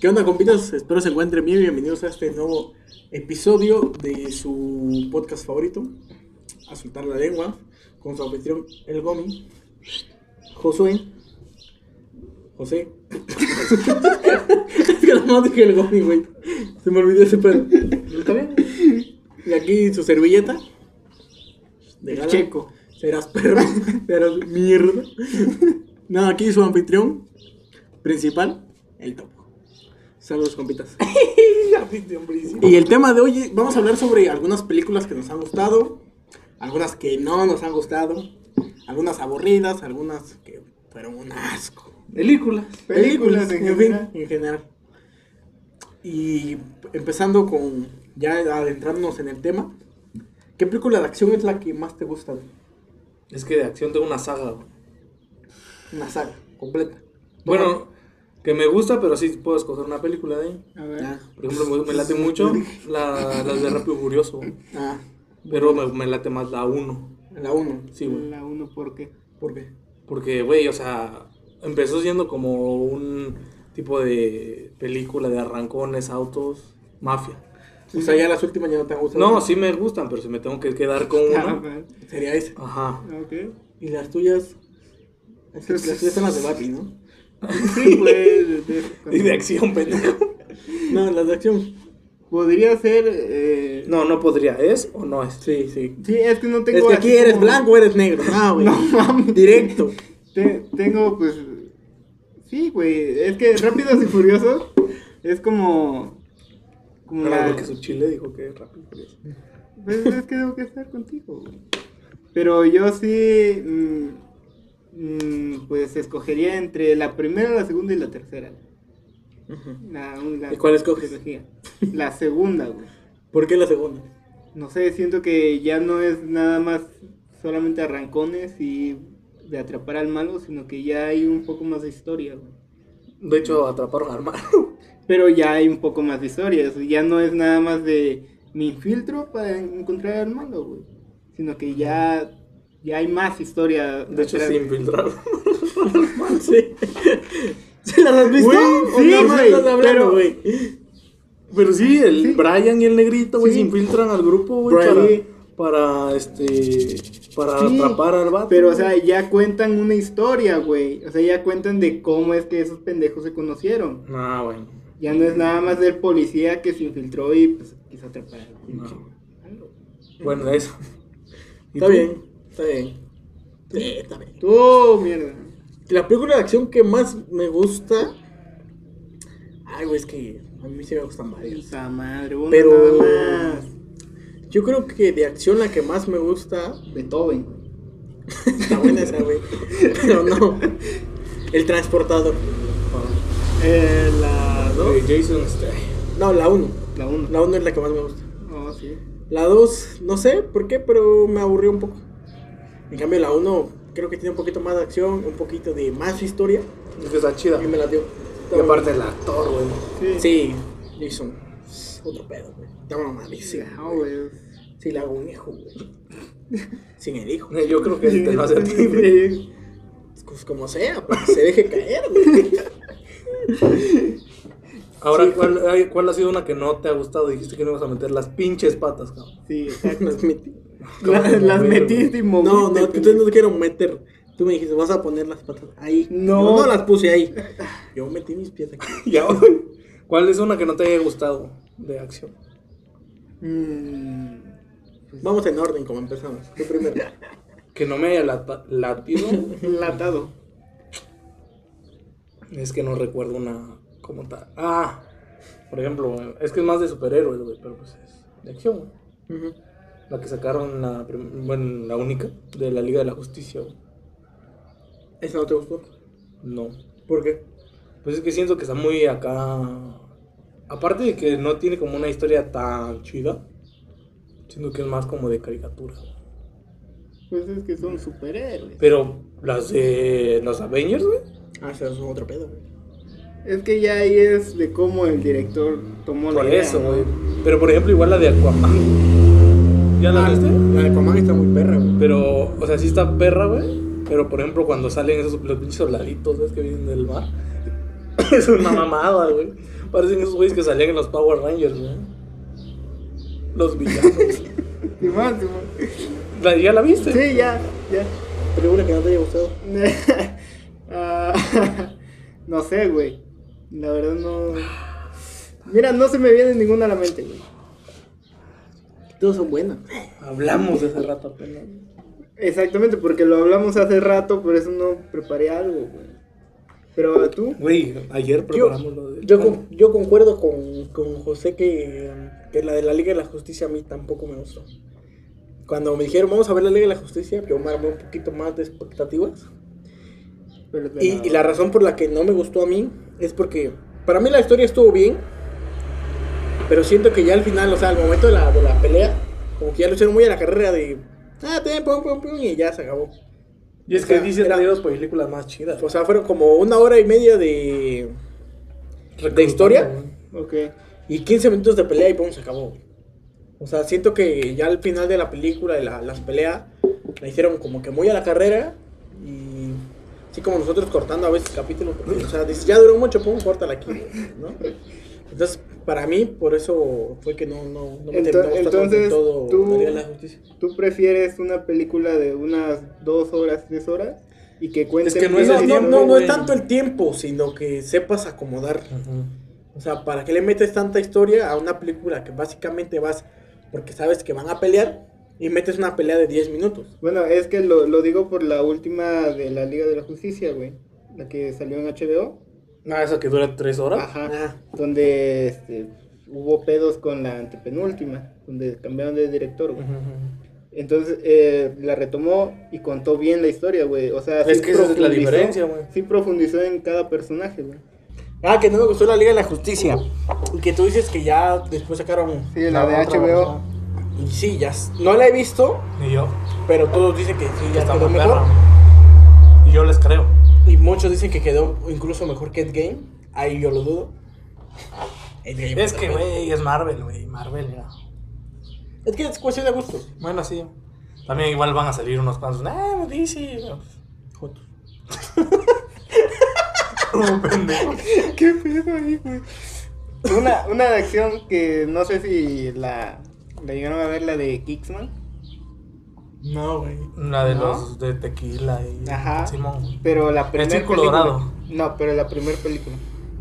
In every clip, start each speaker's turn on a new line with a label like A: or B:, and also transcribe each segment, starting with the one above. A: ¿Qué onda, compitas? Espero se encuentren bien. Bienvenidos a este nuevo episodio de su podcast favorito, A soltar la lengua, con su anfitrión, el Gomi, Josué, José. es que nomás dije el Gomi, güey. Se me olvidó ese pedo.
B: ¿Está bien?
A: Y aquí su servilleta. De
B: El
A: gala.
B: checo.
A: Serás perro, serás mierda. No, aquí su anfitrión principal, el topo. Saludos, compitas. Y el tema de hoy, vamos a hablar sobre algunas películas que nos han gustado, algunas que no nos han gustado, algunas aburridas, algunas que fueron un asco.
B: Películas.
A: Películas,
B: en
A: en fin,
B: general.
A: en general. Y empezando con, ya adentrándonos en el tema, ¿qué película de acción es la que más te gusta? güey?
C: Es que de acción tengo una saga, güey.
A: Una saga completa.
C: Bueno, que me gusta, pero sí puedo escoger una película de ahí.
B: A ver.
A: Ah,
C: Por ejemplo, me, me late mucho la, las de Rápido y Furioso, güey.
A: ah,
C: pero me, me late más la 1.
A: la 1.
C: Sí, güey.
B: La uno ¿por qué?
A: ¿Por qué?
C: Porque, güey, o sea, empezó siendo como un tipo de película de arrancones, autos, mafia.
A: o sea, ya las últimas ya no te han gustado.
C: No, sí me gustan, pero si me tengo que quedar con
B: Ah,
C: una.
B: ver.
A: Sería esa.
C: Ajá.
B: Ok.
A: Y las tuyas. Es que las tuyas son las de Barbie, ¿no?
B: Sí, güey. de- de-
C: Y de acción, pendejo.
A: No, las de acción.
B: Podría ser. eh,
C: No, no podría. ¿Es o no es?
A: Sí, sí.
B: Sí, es que no tengo.
A: Es que
B: así
A: aquí eres
B: como-
A: blanco o eres negro. Ah, güey.
B: No mames.
A: Directo.
B: Te- tengo, pues. Sí, güey. Es que Rápidos y Furiosos es como. Como
C: No,
B: la-
C: porque su chile dijo que es rápido. y furioso.
B: Pues es que tengo que estar contigo, güey. Pero yo sí. mm, mm, pues escogería entre la primera, la segunda y la tercera. La, un- la-
C: ¿Y cuál escoges?
B: trilogía. La segunda, güey.
A: ¿Por qué la segunda?
B: No sé, siento que ya no es nada más solamente arrancones y de atrapar al malo, sino que ya hay un poco más de historia, güey.
C: De hecho, atraparon a Armando.
B: Pero ya hay un poco más de historia, o sea, ya no es nada más de mi infiltro para encontrar al malo, güey. Sino que ya, ya hay más historia.
C: De hecho,
B: detrás.
C: se infiltraron.
A: Sí. ¿Sí las has visto?
B: Güey,
A: ¿O
B: sí,
A: nada más
B: güey,
A: estás hablando,
B: pero-
A: güey.
C: Pero sí, el
B: Sí.
C: Brian y el negrito, güey,
B: Sí.
C: se infiltran al grupo, güey, para,
A: Brian.
C: para, este, para
B: Sí,
C: atrapar al vato.
B: Pero, o
C: güey.
B: sea, ya cuentan una historia, güey. O sea, ya cuentan de cómo es que esos pendejos se conocieron.
C: No, güey.
B: Ya no es nada más del policía que se infiltró y pues quiso atrapar al pinche
C: No.
B: malo.
C: Bueno, de eso. ¿Y
A: Está
C: tú?
A: bien, está bien. Sí, está bien.
B: Tú, mierda.
A: La película de acción que más me gusta. Ay, güey, es que a mí sí me gustan varias.
B: Puta madre, una
A: Pero-
B: nada más.
A: Yo creo que de acción la que más me gusta.
B: Beethoven.
A: Está buena esa, güey. Pero no. El transportador.
B: Eh, la
A: ¿No?
C: De Jason Statham.
A: No, la 1.
B: La 1.
A: La 1 es la que más me gusta.
B: Oh, sí.
A: La 2, no sé por qué, pero me aburrió un poco. En cambio, la 1 creo que tiene un poquito más de acción, un poquito de más historia.
C: Es que está chida.
A: A mí me la dio.
C: Y aparte el actor, güey.
B: Sí.
A: Sí, Jason. es Otro pedo, güey. Está
B: Sí,
A: mamadísima.
B: no, Ah, güey.
A: Sí, la hago un hijo, güey. Sin el hijo.
C: Eh, Yo creo que te lo hace a ti, güey.
A: Pues como sea, pues se deje caer, güey.
C: Ahora, ¿cuál, ay, ¿cuál ha sido una que no te ha gustado? Dijiste que no ibas a meter las pinches patas, cabrón.
B: Sí, exacto.
A: Las metí.
B: La-
C: Como
B: las
C: mover,
B: metiste y moviste.
A: No, no, tú te-
B: pendejo.
A: no te quiero meter. Tú me dijiste, vas a poner las patas ahí.
B: No.
A: Yo no las puse ahí. Yo metí mis pies aquí.
C: Y ahora, ¿cuál es una que no te haya gustado de acción?
B: Mm,
A: Vamos en orden como empezamos. Tú primero.
C: Que no me haya lata- latido.
B: Enlatado.
C: es que no recuerdo una como tal. Ah, por ejemplo, es que es más de superhéroes, güey, pero pues es de acción, güey.
A: Ujú.
C: La que sacaron, la, prim- bueno, la única, de la Liga de la Justicia, güey.
A: ¿Esa no te gustó?
C: No.
A: ¿Por qué?
C: Pues es que siento que está muy acá. Aparte de que no tiene como una historia tan chida, siento que es más como de caricatura.
B: Pues es que son superhéroes.
C: Pero las de los Avengers, güey.
A: Ah, esa es otro pedo, güey.
B: Es que ya ahí es de cómo el director tomó la
C: Por
B: idea,
C: eso,
B: ¿no?
C: güey. Pero por ejemplo, igual la de Aquaman. ¿Ya la
A: Ah,
C: viste?
A: La de Aquaman está muy perra, güey.
C: Pero, o sea, sí está perra, güey. Pero por ejemplo, cuando salen esos los pinches soldaditos, ¿ves? Que vienen del mar. es una mamada, güey. Parecen esos güeyes que salían en los Power Rangers, güey. Los villanos.
B: Simón, Simón.
C: ¿La- ¿Ya la viste?
B: Sí, ya, ya.
A: Película que no te haya gustado.
B: Ah, no sé, güey. La verdad no. Mira, no se me viene ninguna a la mente, güey.
A: Todas son buenas.
C: Hablamos de ese rato apenas.
B: Exactamente, porque lo hablamos hace rato, por eso no preparé algo, güey. Pero tú,
C: Güey, ayer
A: Yo,
C: preparamos lo de.
A: yo, con- yo concuerdo con, con José que, que la de la Liga de la Justicia a mí tampoco me gustó. Cuando me dijeron vamos a ver la Liga de la Justicia, yo me armé un poquito más de expectativas.
B: pero te
A: Y, y la razón por la que no me gustó a mí es porque para mí la historia estuvo bien, pero siento que ya al final, o sea, al momento de la, de la pelea, como que ya lo hicieron muy a la carrera de, ah, ten, pum, pum, pum, y ya se acabó.
C: Y es
A: o sea,
C: que dicen
A: era-
C: que hay dos películas más chidas.
A: O sea, fueron como una hora y media de, de historia
B: Ok.
A: y 15 minutos de pelea y pum, se acabó. O sea, siento que ya al final de la película, de la- las peleas, la hicieron como que muy a la carrera y así como nosotros cortando a veces capítulos. porque, o sea, dices, ya duró mucho, pum, córtala aquí, ¿no? Entonces, para mí, por eso fue que no, no, no me
B: Ento-
A: terminó gustando del
B: entonces,
A: todo
B: tú-
A: la Liga de la Justicia.
B: ¿Tú prefieres una película de unas dos horas, tres horas? Y que cuente.
C: que no
A: No,
C: es
A: no,
C: el
A: no,
C: tiempo,
A: no, no es
C: güey.
A: tanto el tiempo, sino que sepas acomodar.
C: Ajá.
A: O sea, ¿para qué le metes tanta historia a una película que básicamente vas porque sabes que van a pelear y metes una pelea de 10 minutos?
B: Bueno, es que lo, lo digo por la última de la Liga de la Justicia, güey. La que salió en HBO.
C: Ah, eso que dura tres horas.
B: Ajá. Donde este, hubo pedos con la antepenúltima, donde cambiaron de director, güey.
C: Ujú, ujú.
A: Ah.
B: Entonces eh, la retomó y contó bien la historia, güey. O sea,
C: Es que esa es la
B: profundizó-
C: diferencia, güey.
B: Sí profundizó en cada personaje, güey.
A: Ah, que no me gustó la Liga de la Justicia. Y que tú dices que ya después sacaron...
B: Sí, la, de
C: otra,
B: HBO.
C: ajá.
A: Y sí, ya... s- No la he visto,
C: Y yo,
A: pero todos dicen que sí,
C: que
A: ya
C: está
A: quedó
C: muy
A: mejor.
C: perra. Y yo les creo.
A: Y muchos dicen que quedó incluso mejor que Endgame. Ahí yo lo dudo. Endgame
C: Es que, güey, es Marvel, güey. Marvel, ya.
A: Es que es cuestión de gustos.
C: Bueno, sí. También igual van a salir unos cuantos. Ah, dice.
A: Juntos.
C: Como pendejo.
B: ¿Qué pedo ahí, güey? Una, una de acción que no sé si la, la llegaron a ver, la de Kicksman.
A: No, güey.
C: Una de
B: ¿No?
C: los de tequila y
B: Ajá.
C: Simón.
B: Pero la primera.
C: Círculo Dorado.
B: No, pero la primera película.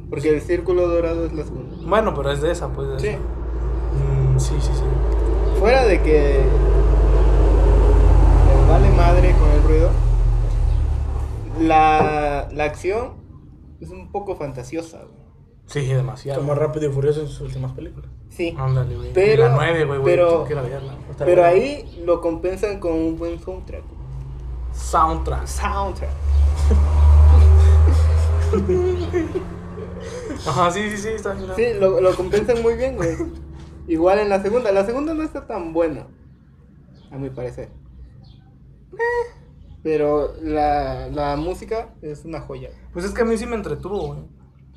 B: Porque el Círculo Dorado es la segunda.
C: Bueno, pero es de esa, pues. de
B: Sí.
C: esa. Mm, sí, sí, sí.
B: Fuera de que. les vale madre con el ruido. La, la acción es un poco fantasiosa, güey.
C: Sí, demasiado.
A: Como Rápido y Furioso en sus últimas películas.
B: Sí.
C: Ándale, güey.
B: Pero-
C: Y la 9, güey, güey.
B: pero-
C: tengo que ir a verla. Ahorita
B: Pero
C: la veo.
B: ahí lo compensan con un buen soundtrack. güey.
C: Soundtrack.
B: Soundtrack.
C: Ajá, sí, sí, sí, está bien.
B: Sí, lo, lo compensan muy bien, güey. Igual en la segunda. La segunda no está tan buena. A mi parecer. Eh, Pero la, la música es una joya.
C: Pues es que a mí sí me entretuvo, güey.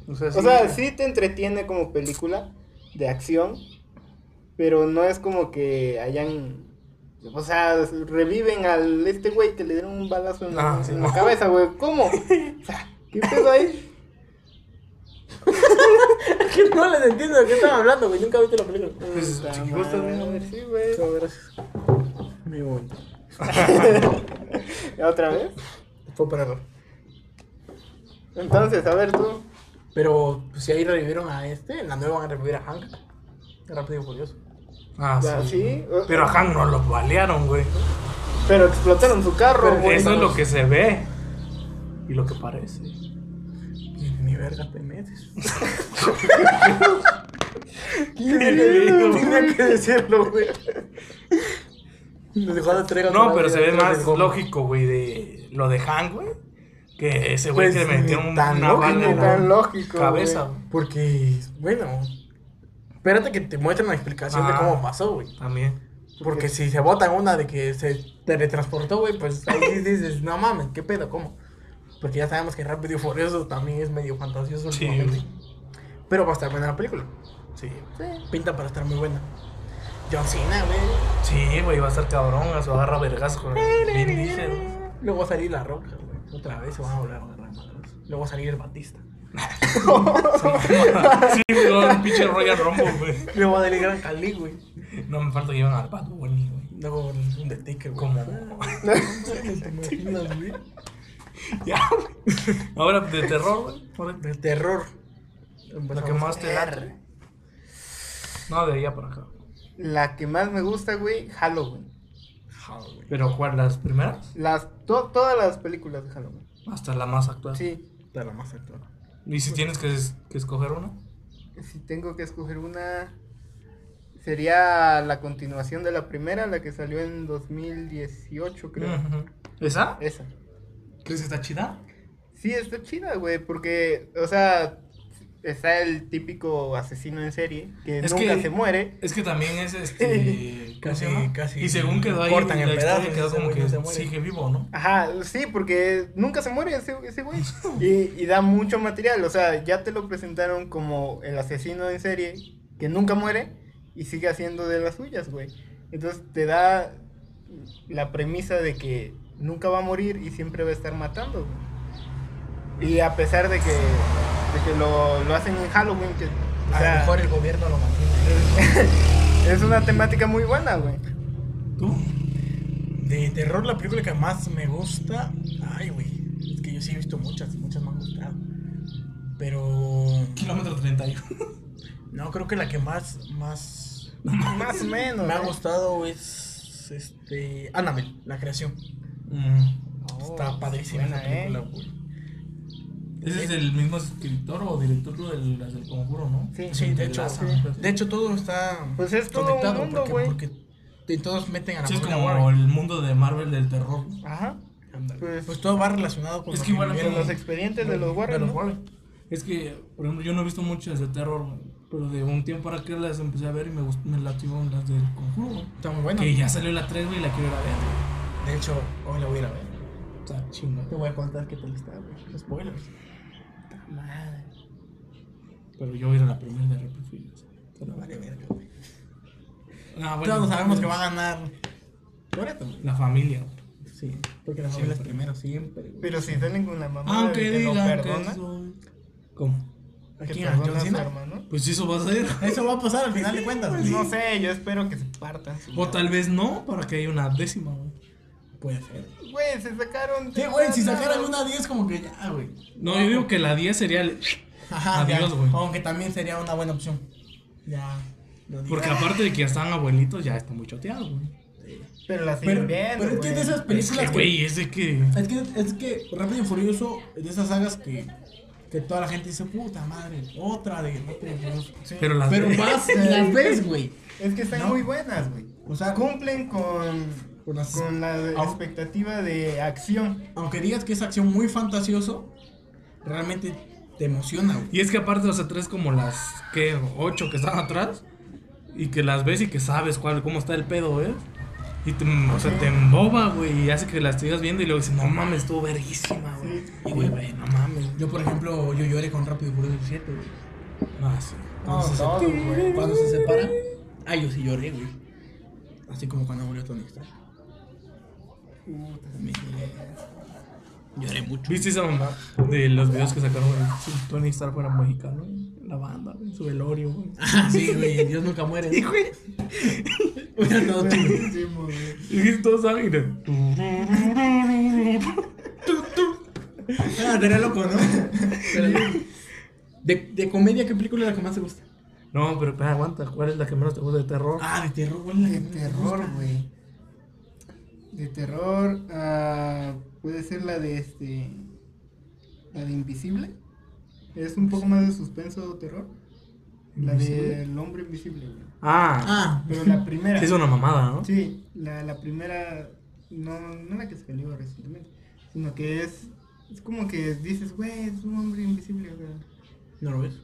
C: O sea,
B: O sea, sí te entretiene como película de acción. Pero no es como que hayan. O sea, reviven al este güey que le dieron un balazo en, la-
C: Ah, sí,
B: en
C: no.
B: la cabeza, güey. ¿Cómo? O sea, ¿qué pedo ahí?
A: que no les entiendo de qué están hablando, güey. Nunca viste la película.
C: Pues,
B: Puta
C: sí, justo,
B: madre, sí, güey.
A: No, gracias. Me voy.
B: ¿Otra vez?
A: Fue por error.
B: Entonces, a ver tú.
A: Pero pues, si ahí revivieron a este, en la nueva van a revivir a Hank. Rápido y Furioso.
C: Ah,
B: Ya,
C: sí.
B: sí.
C: Pero a Hank no lo balearon, güey.
B: Pero explotaron su carro, güey.
C: Eso es lo que se ve. Y lo que parece.
A: Y ni verga te metes.
C: Tenía
A: que decirlo, güey. Nos dejó la entrega.
C: No, pero se ve
A: atrás
C: más
A: del goma.
C: lógico, güey, de lo de Hank, güey. Que ese güey
A: Pues,
C: que le metió
A: ni
C: un,
A: tan
C: una
A: lógico,
C: bala en la
B: tan lógico,
C: cabeza.
B: güey.
C: güey.
A: Porque, bueno. Espérate que te muestren la explicación de
C: Ah.
A: cómo pasó, güey.
C: También.
A: Porque si se botan una de que se teletransportó, güey, pues ahí dices, no mames, qué pedo, ¿cómo? Porque ya sabemos que Rápido y Furioso también es medio fantasioso
C: Sí.
A: últimamente. Pero va a estar buena la película.
C: Sí,
A: Pinta para estar muy buena. John Cena, güey.
C: Sí, güey, va a estar cabrón, a su agarra vergas con el Vin Diesel, güey.
A: Luego va a salir La Roca, güey. Otra vez se van a volver a agarrar madres. Luego va a salir el Batista.
C: Sí, güey, pinche Royal Rumble, güey.
A: Le voy a dar el gran Cali, güey.
C: No me falta que lleven al Bad Bunny, güey.
A: No, un de ticket, güey.
C: Como-
A: ¿Te imaginas, güey?
C: Ya, güey. Ahora de terror, güey. por ahí.
A: De terror.
C: La que más te late. No, de allá para acá.
B: La que más me gusta, güey, Halloween.
C: Pero ¿cuál? ¿Las primeras?
B: Las, to- todas las películas de Halloween.
C: Hasta la más actual.
B: Sí.
A: Está la más actual.
C: ¿Y si tienes que, es- que escoger una?
B: Si tengo que escoger una, sería la continuación de la primera, la que salió en 2018, creo.
C: Ujú. ¿Esa?
B: Esa.
C: ¿Crees que está chida?
B: Sí, está chida, güey, porque, o sea, está el típico asesino en serie que
C: Es
B: nunca
C: que-
B: se muere.
C: Es que también es este.
A: Casi,
C: ¿cómo se llama?
A: casi
C: Y según quedó ahí,
A: cortan en
C: la historia
A: pedazos,
C: quedó
A: ese
C: como
A: güey
C: que
A: no se muere.
C: sigue vivo, ¿no?
B: Ajá, sí, porque nunca se muere ese, ese güey. Y, y da mucho material, o sea, ya te lo presentaron como el asesino en serie que nunca muere y sigue haciendo de las suyas, güey. Entonces te da la premisa de que nunca va a morir y siempre va a estar matando, güey. Y a pesar de que, de que lo, lo hacen en Halloween, que... o
A: A
B: sea,
A: lo mejor el gobierno lo mantiene.
B: Es una temática muy buena, güey.
C: ¿Tú?
A: De terror, la película que más me gusta. Ay, güey. Es que yo sí he visto muchas, muchas me han gustado. Pero.
C: Kilómetro 31.
A: No, creo que la que más, más
B: Más o menos.
A: me ha
B: ¿eh?
A: gustado es. Este. Annabelle, la creación. Mm.
B: Oh,
A: Está padrísima
B: buena,
A: esa película,
B: ¿eh?
A: güey.
C: Ese es el mismo escritor o director de las del conjuro, ¿no?
B: Sí.
A: Sí, de hecho,
C: Lazo,
A: sí.
C: ¿no?
A: de hecho todo está
B: Pues es todo un mundo,
A: porque,
B: güey.
A: porque de todos meten a la
C: Sí, es
A: familia
C: como
A: Warren.
C: el mundo de Marvel del terror. ¿no?
B: Ajá.
A: Ándale.
B: pues-
A: Pues, todo va relacionado con
C: Es
A: lo
C: que igual a mí
A: vivieron.
B: Con los expedientes de los
A: de
B: Warren.
A: los
B: ¿no?
A: Warren.
C: Es que, por ejemplo, yo no he visto muchas de terror, güey, pero de un tiempo para que las empecé a ver y me, gust- me latieron las del conjuro, güey.
A: Está muy bueno.
C: Que ya salió la 3, güey, y la quiero ir a ver, güey.
A: De hecho, hoy la voy a ir a ver.
C: Está chingón.
A: Te voy a contar qué tal está, güey. Spoilers. Puta madre.
C: Pero yo voy a ir a la primera de repetidas.
A: No vale verga, güey.
C: Ah, bueno.
A: Todos sabemos que va a ganar. Loreto, güey.
C: La familia, güey.
A: Sí, porque la familia es primero siempre, güey.
B: Pero si salen con la
A: Ah,
B: mamá
C: Aunque
B: que lo
C: digan Ah, que
B: perdona,
C: soy... ¿Cómo?
B: que
A: Aquí en
B: perdona a
A: John
B: su
A: Cena.
B: hermano. Pues
C: Pues eso va a ser.
A: Eso va a pasar al final de cuentas,
C: pues,
A: güey.
B: No sé, yo espero que se partan. su
C: O
B: madre.
C: tal vez no, para que haya una décima, güey.
A: Puede ser.
B: Güey, se sacaron.
A: Sí, güey, si sacaran una 10, como que ya, güey.
C: No, yo digo que la 10 sería el...
A: Ajá,
C: Adiós,
A: ya.
C: güey.
A: Aunque también sería una buena opción. Ya. lo digo.
C: Porque aparte de que ya están abuelitos, ya está muy choteado, güey.
B: Pero la
A: Pero,
B: siguen viendo.
A: pero es que
B: güey.
A: de esas
C: Es
A: películas.
C: que,
A: que-
C: güey, es de que...
A: Es que, es que Rápido y Furioso, es de esas sagas que, que toda la gente dice, puta madre, otra de Rápido y Furioso. Sí.
C: Pero las
A: Pero
C: ves.
A: más las ves, güey.
B: Es que están
A: No.
B: muy buenas, güey.
A: O sea,
B: Cumplen con.
A: con las- Ah.
B: Con la
A: Au-
B: expectativa de acción.
A: aunque digas que es acción muy fantasioso, realmente te emociona, güey.
C: Y es que aparte, o sea, tres como las, ¿qué? Ocho que están atrás. Y que las ves y que sabes cuál, cómo está el pedo, ¿eh? Y te, o sea, te emboba, güey. Y hace que las sigas viendo y luego dices, no mames, estuvo verguísima, güey. Y güey, güey, no mames.
A: Yo, por ejemplo, yo lloré con Rápido y Furioso 7, güey.
C: Ah, sí.
A: Cuando,
B: No,
A: se,
B: todos,
A: separa-
B: güey.
A: cuando se separa, ay, yo sí lloré, güey. Así como cuando murió Tony Stark. También lloré. Lloré mucho.
C: ¿Viste esa mamá? De los videos que sacaron, güey. Si Tony Stark fuera mexicano, güey. La banda, güey. Su velorio, güey.
A: Sí, güey, Dios nunca muere. Sí, güey. Hubiera estado tú.
B: Buenísimo, güey.
C: Y que todos saben, mira.
A: Ah, estaría loco, ¿no? Pero- de, de comedia, ¿qué película es la que más te gusta?
C: No, pero espera, aguanta. ¿Cuál es la que menos te gusta de terror?
A: Ah, de terror, güey, la que
B: De terror, güey. De terror, ah, puede ser la de este. La de Invisible. Es un poco más de suspenso o terror. La de El hombre invisible, güey.
C: Ah,
A: Ah,
B: Pero la primera.
C: es una mamada, ¿no?
B: Sí, la, la primera. No, no la que salió recientemente. Sino que es. Es como que dices, güey, es un hombre invisible, o sea.
A: ¿no lo ves?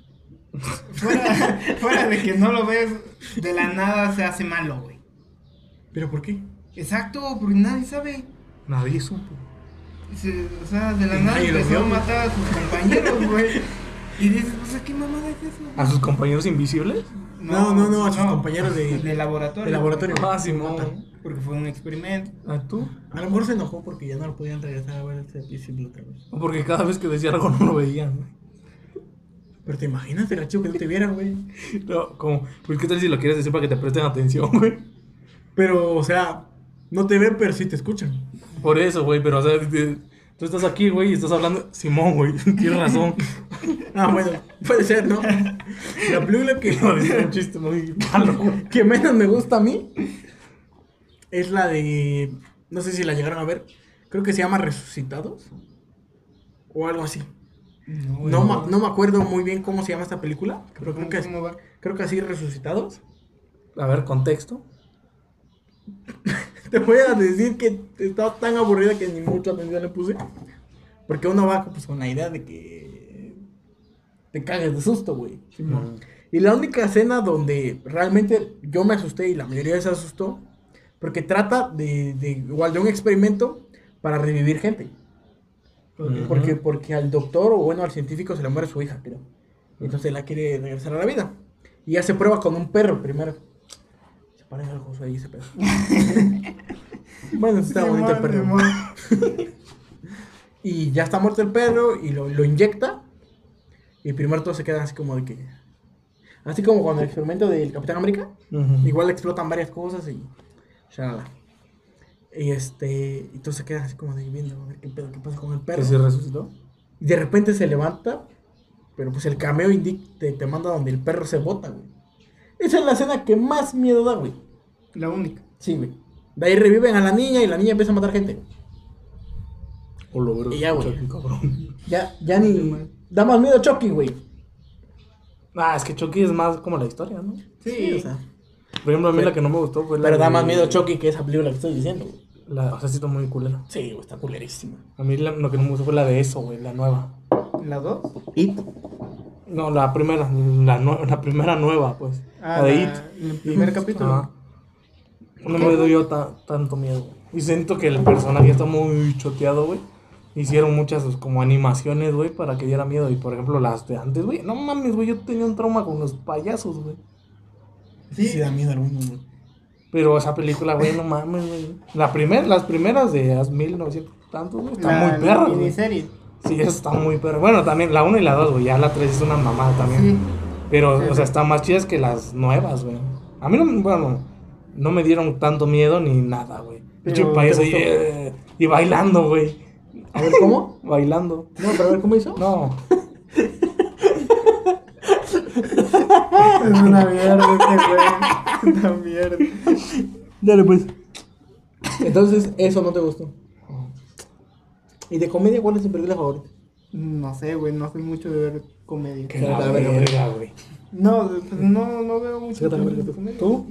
B: Fuera, fuera de que no lo ves, de la nada se hace malo, güey.
A: ¿Pero por qué?
B: Exacto, porque nadie sabe.
C: Nadie supo.
B: Se- o sea, de la
A: Y
B: nada
A: nadie lo
B: empezó
A: vio,
B: a
A: güey.
B: matar a sus compañeros, güey. Y dices, o sea, ¿qué mamada es eso?
C: ¿A sus compañeros invisibles?
A: No, no, no, a sus compañeros de-
B: de laboratorio.
A: De laboratorio.
C: Ah, Simón.
B: Porque fue un experimento.
C: ¿A tú?
A: A lo mejor se enojó porque ya no lo podían regresar a ver ese episodio otra vez.
C: Porque cada vez que decía algo no lo veían, güey.
A: Pero te imaginas, era chido que no te vieran, güey.
C: No, como, pues qué tal si lo quieres decir para que te presten atención, güey.
A: Pero, o sea, no te ven, pero sí te escuchan.
C: Por eso, güey, pero, o sea, te- tú estás aquí, güey, y estás hablando. Simón, güey, tienes razón.
A: Ah, bueno, puede ser, ¿no? La película que,
C: No, es un chiste muy malo, güey.
A: que menos me gusta a mí es la de. No sé si la llegaron a ver. Creo que se llama Resucitados. O algo así.
C: No,
A: No, ma- no me acuerdo muy bien cómo se llama esta película. Pero creo
B: ¿Cómo,
A: que, es-
B: cómo va?
A: creo que así, Resucitados.
C: A ver, contexto.
A: Te voy a decir que estaba tan aburrida que ni mucha atención le puse. Porque uno va pues, con la idea de que te cagues de susto, güey. Y la única escena donde realmente yo me asusté y la mayoría se asustó, porque trata de, de igual de un experimento para revivir gente.
C: Ujú.
A: Porque, porque al doctor o bueno, al científico se le muere su hija, creo. Entonces la quiere regresar a la vida. Y hace prueba con un perro primero. Se parece al Josué ahí ese perro. bueno, está bonito el
B: Simón,
A: perro.
B: Simón.
A: Y ya está muerto el perro y lo, lo inyecta. Y primero todos se quedan así como de que. Así como cuando el experimento del Capitán América.
C: Ujú.
A: Igual explotan varias cosas y. shalala. Y este. Y todos se quedan así como de viendo a ver qué pedo, qué pasa con el perro.
C: ¿Que sí resucitó?
A: Y de repente se levanta, pero pues el cameo indi- te, te manda donde el perro se bota, güey. Esa es la escena que más miedo da, güey.
B: La única.
A: Sí, güey. De ahí reviven a la niña y la niña empieza a matar gente.
C: O lo verás.
A: Y ya, güey.
C: Chucky, cabrón.
A: Ya, ya ni. Da más miedo Chucky, güey.
C: Ah, es que Chucky es más como la historia, ¿no?
B: Sí,
A: o sea.
C: Por ejemplo, a mí la que no me gustó fue la.
A: Pero da
C: de-
A: más miedo Chucky que esa película que estoy diciendo, güey.
C: La, o sea, sí, está muy culero.
A: Sí, güey, está culerísima.
C: A mí la- lo que no me gustó fue la de eso, güey, la nueva.
B: ¿La dos?
A: ¿Y?
C: No, la primera, la, nue- la primera nueva, pues.
B: Ah,
C: la de It.
B: la- el primer capítulo.
C: Ajá. No me dio ta- tanto miedo. güey. Y siento que el personaje está muy choteado, güey. Hicieron muchas pues, como animaciones, güey, para que diera miedo. Y por ejemplo, las de antes, güey. No mames, güey, yo tenía un trauma con los payasos, güey.
A: Sí, sí, da miedo algunos, güey.
C: Pero esa película, güey, no mames, güey. La primer, las primeras de las 1900 tantos, güey, están
B: La-
C: muy perras,
B: La
C: güey.
B: miniserie.
C: Sí, está muy perra. Bueno, también la 1 y la 2, güey. Ya la 3 es una mamada también.
B: Sí.
C: Pero,
B: Sí,
C: o
B: sí.
C: sea, están más chidas que las nuevas, güey. A mí no, bueno, no me dieron tanto miedo ni nada, güey. Pinche
B: Pero,
C: payaso
B: ¿te
C: y,
B: gustó?
C: eh, y bailando, güey.
A: A ver, ¿cómo?
C: Bailando.
A: No, pero a ver, ¿cómo hizo?
C: No.
B: Es una mierda este güey. Es una mierda.
A: Dale, pues. Entonces, eso no te gustó. ¿Y de comedia cuál es tu película favorita?
B: No sé, güey, no soy mucho de ver comedia.
C: Que
A: Sí,
C: la
A: la verga,
C: verga, güey.
B: No, pues no, no veo mucho
A: Sácate la verga
B: de
A: tú.
B: comedia.
A: ¿Tú?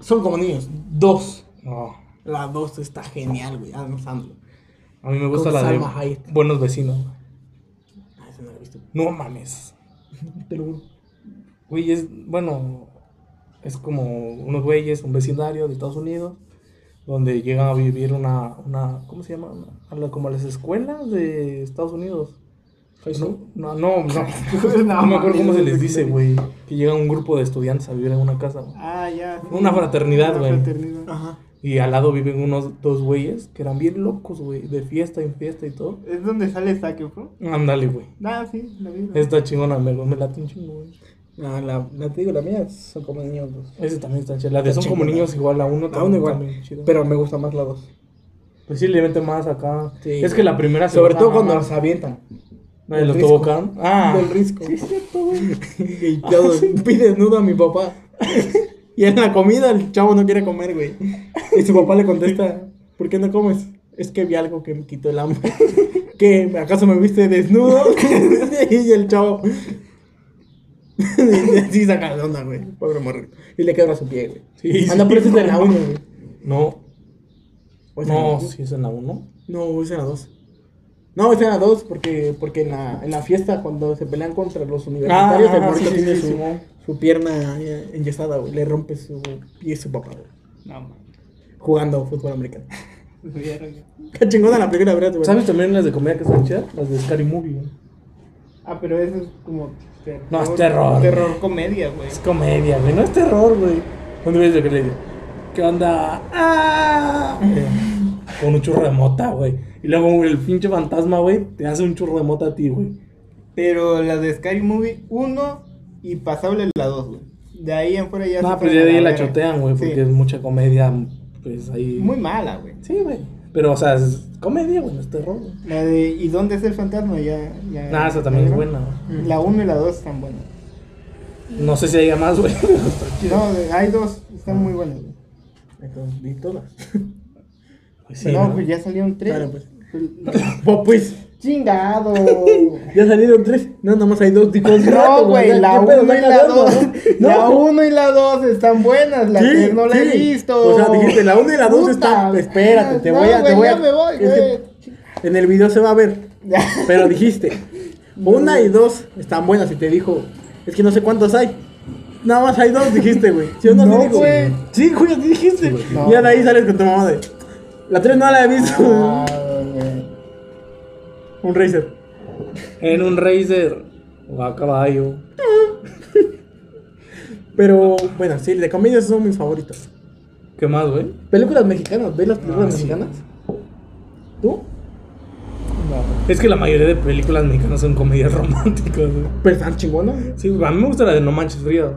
A: Son como niños. Dos.
C: No.
A: La dos está genial, güey. Ah, Adam Sandler.
C: A mí me gusta
A: Con
C: la de
A: Salma Hayek.
C: Buenos Vecinos, güey.
A: Ah, esa no la he visto.
C: No mames.
A: Te lo juro.
C: Güey, es, bueno, es como unos güeyes, un vecindario de Estados Unidos, donde llegan a vivir una, una ¿cómo se llama? A la- como a las escuelas de Estados Unidos. No, no, no, no, No me acuerdo cómo se les dice, güey, que llega un grupo de estudiantes a vivir en una casa, güey.
B: Ah, ya. sí.
C: Una fraternidad, güey.
B: Una fraternidad.
A: Ajá.
C: Y al lado viven unos dos güeyes que eran bien locos, güey, de fiesta en fiesta y todo.
B: Es donde sale Saque, bro.
C: Ándale, güey.
B: Ah, sí, la vi. la vi.
C: Está chingona, me, me late un chingo, güey.
A: No, Ah, la, la te digo, la mía son como niños dos.
C: Ese también está chida. La de
A: Está
C: son como
A: chingona.
C: niños igual, la uno
A: La uno igual.
C: también chida.
A: Pero me gusta más la dos.
C: Pues sí, le mete más acá.
A: Ah, Sí.
C: Es que la primera se
A: Sobre
C: va
A: todo
C: nada
A: cuando
C: más.
A: los avientan.
C: La de los
A: del risco.
C: tobogán. Ah.
A: Del risco. Sí, es cierto, güey. Ah, y todo, vi desnudo a mi papá. y en la comida el chavo no quiere comer, güey. Y su papá le contesta, ¿por qué no comes? Es que vi algo que me quitó el hambre. ¿Qué? ¿Acaso me viste desnudo? y el chavo... sí, saca de onda, güey. Pobre morrito. Y le quebra su pie, güey.
C: Sí,
A: ah, no,
C: sí.
A: pero esa es de la 1, güey.
C: No.
A: O sea,
C: No, sí es en la 1.
A: No, esa era dos. No, esa era dos porque, porque en, la, en la fiesta cuando se pelean contra los universitarios,
C: Ah,
A: el morrito
C: sí, sí,
A: tiene
C: sí,
A: su,
C: Simón.
A: su pierna eh, enyesada, güey. Le rompe su pie su papá, güey,
B: No, man.
A: Jugando fútbol americano.
B: Verga.
A: Qué chingona la película, ¿verdad? güey?
C: Pues, ¿Sabes también las de comedia que están chidas? Las de Scary Movie. güey.
B: Ah, pero eso es como. terror.
C: No, es terror.
B: Terror comedia, güey.
C: Es comedia, güey. No es terror, güey. ¿Dónde ves lo que le digo? ¿Qué onda? ¡Ah! Eh, Con un churro de mota, güey. Y luego güey, el pinche fantasma, güey, te hace un churro de mota a ti, güey.
B: Pero la de Scary Movie 1 y pasable la 2, güey. De ahí en fuera ya
C: No,
B: se
C: pues
B: fueron
C: ya
B: a
C: de ahí la
B: verga.
C: chotean, güey,
B: Sí.
C: porque es mucha comedia, pues ahí...
B: Muy mala, güey.
C: Sí, güey. Pero, o sea, es comedia, güey, no es terror. güey.
B: La de ¿Y dónde es el fantasma? Ya. ya
C: Nah, esa también es
B: ¿no?
C: buena. güey.
B: La 1 y la 2 están buenas.
C: No sé si haya más, güey.
B: No, de- hay dos, están muy buenas, güey.
A: Entonces, di todas.
C: Pues sí,
B: No,
C: ¿no?
B: pues ya salieron tres.
A: Claro, pues.
B: Pues-
A: Pues, pues,
B: ¡Chingado!
A: ya salieron tres. No, nada más hay dos tipos.
B: No, güey, la 1 y la 2. La
A: No,
B: 1 y la 2 están buenas, la
A: Sí,
B: 3 no la he
A: sí.
B: visto.
A: O sea, dijiste, la uno y la dos
B: Puta.
A: están- espérate, te
B: No,
A: voy a- te
B: güey,
A: voy a-
B: Ya me voy,
A: Este- en el video se va a ver.
B: güey.
A: Pero dijiste, una y dos están buenas y te dijo, es que no sé cuántas hay. Nada más hay dos, dijiste, güey. ¿Sí o no,
B: No,
A: Sí, digo.
B: güey.
A: Sí, güey, así dijiste.
B: No.
A: Y ahora ahí sales con tu mamá de, la tres no la he visto.
B: Ah, güey.
A: Un racer.
C: En un Razer o a caballo.
A: Pero bueno, sí, de comedias son mis favoritas.
C: ¿Qué más, güey?
A: Películas mexicanas, ¿ves las películas
C: Ah, sí.
A: mexicanas? ¿Tú?
C: Es que la mayoría de películas mexicanas son comedias románticas, güey.
A: Pero están chingonas.
C: Sí, güey, a mí me gusta la de No Manches Frío.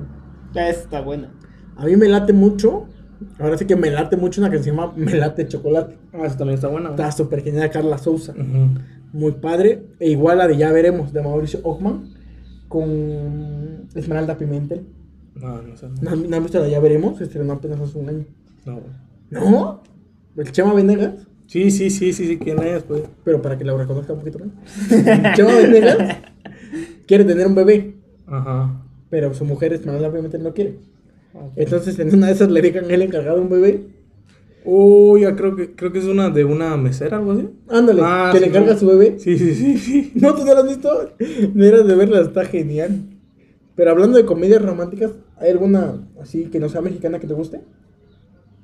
B: Ya esa está buena.
A: A mí me late mucho. Ahora sí que me late mucho una que se llama Me late chocolate.
C: Ah, esa también está buena. güey.
A: Está súper genial Carla Souza.
C: Ujú.
A: Muy padre. E igual la de Ya veremos de Mauricio Ockman con Esmeralda Pimentel.
C: No, no sé.
A: ¿No, han- no han visto la de Ya veremos? Se estrenó apenas hace un año.
C: No, güey.
A: ¿No? El Chema Venegas.
C: Sí, sí, sí, sí, sí, ¿quién es, güey?
A: Pero para que la reconozca un poquito más. El Chema Venegas quiere tener un bebé.
C: Ajá.
A: Pero su mujer Esmeralda Pimentel no quiere.
C: Ok.
A: Entonces en una de esas le dejan el encargado un bebé.
C: Uy, ya creo que, creo que es una de una mesera, algo así.
A: Ándale,
C: Ah,
A: que le
C: sí,
A: encarga
C: sí.
A: a su bebé.
C: Sí, sí, sí, sí.
A: No, tú no lo has visto. Deberías de verla, está genial. Pero hablando de comedias románticas, ¿hay alguna así que no sea mexicana que te guste?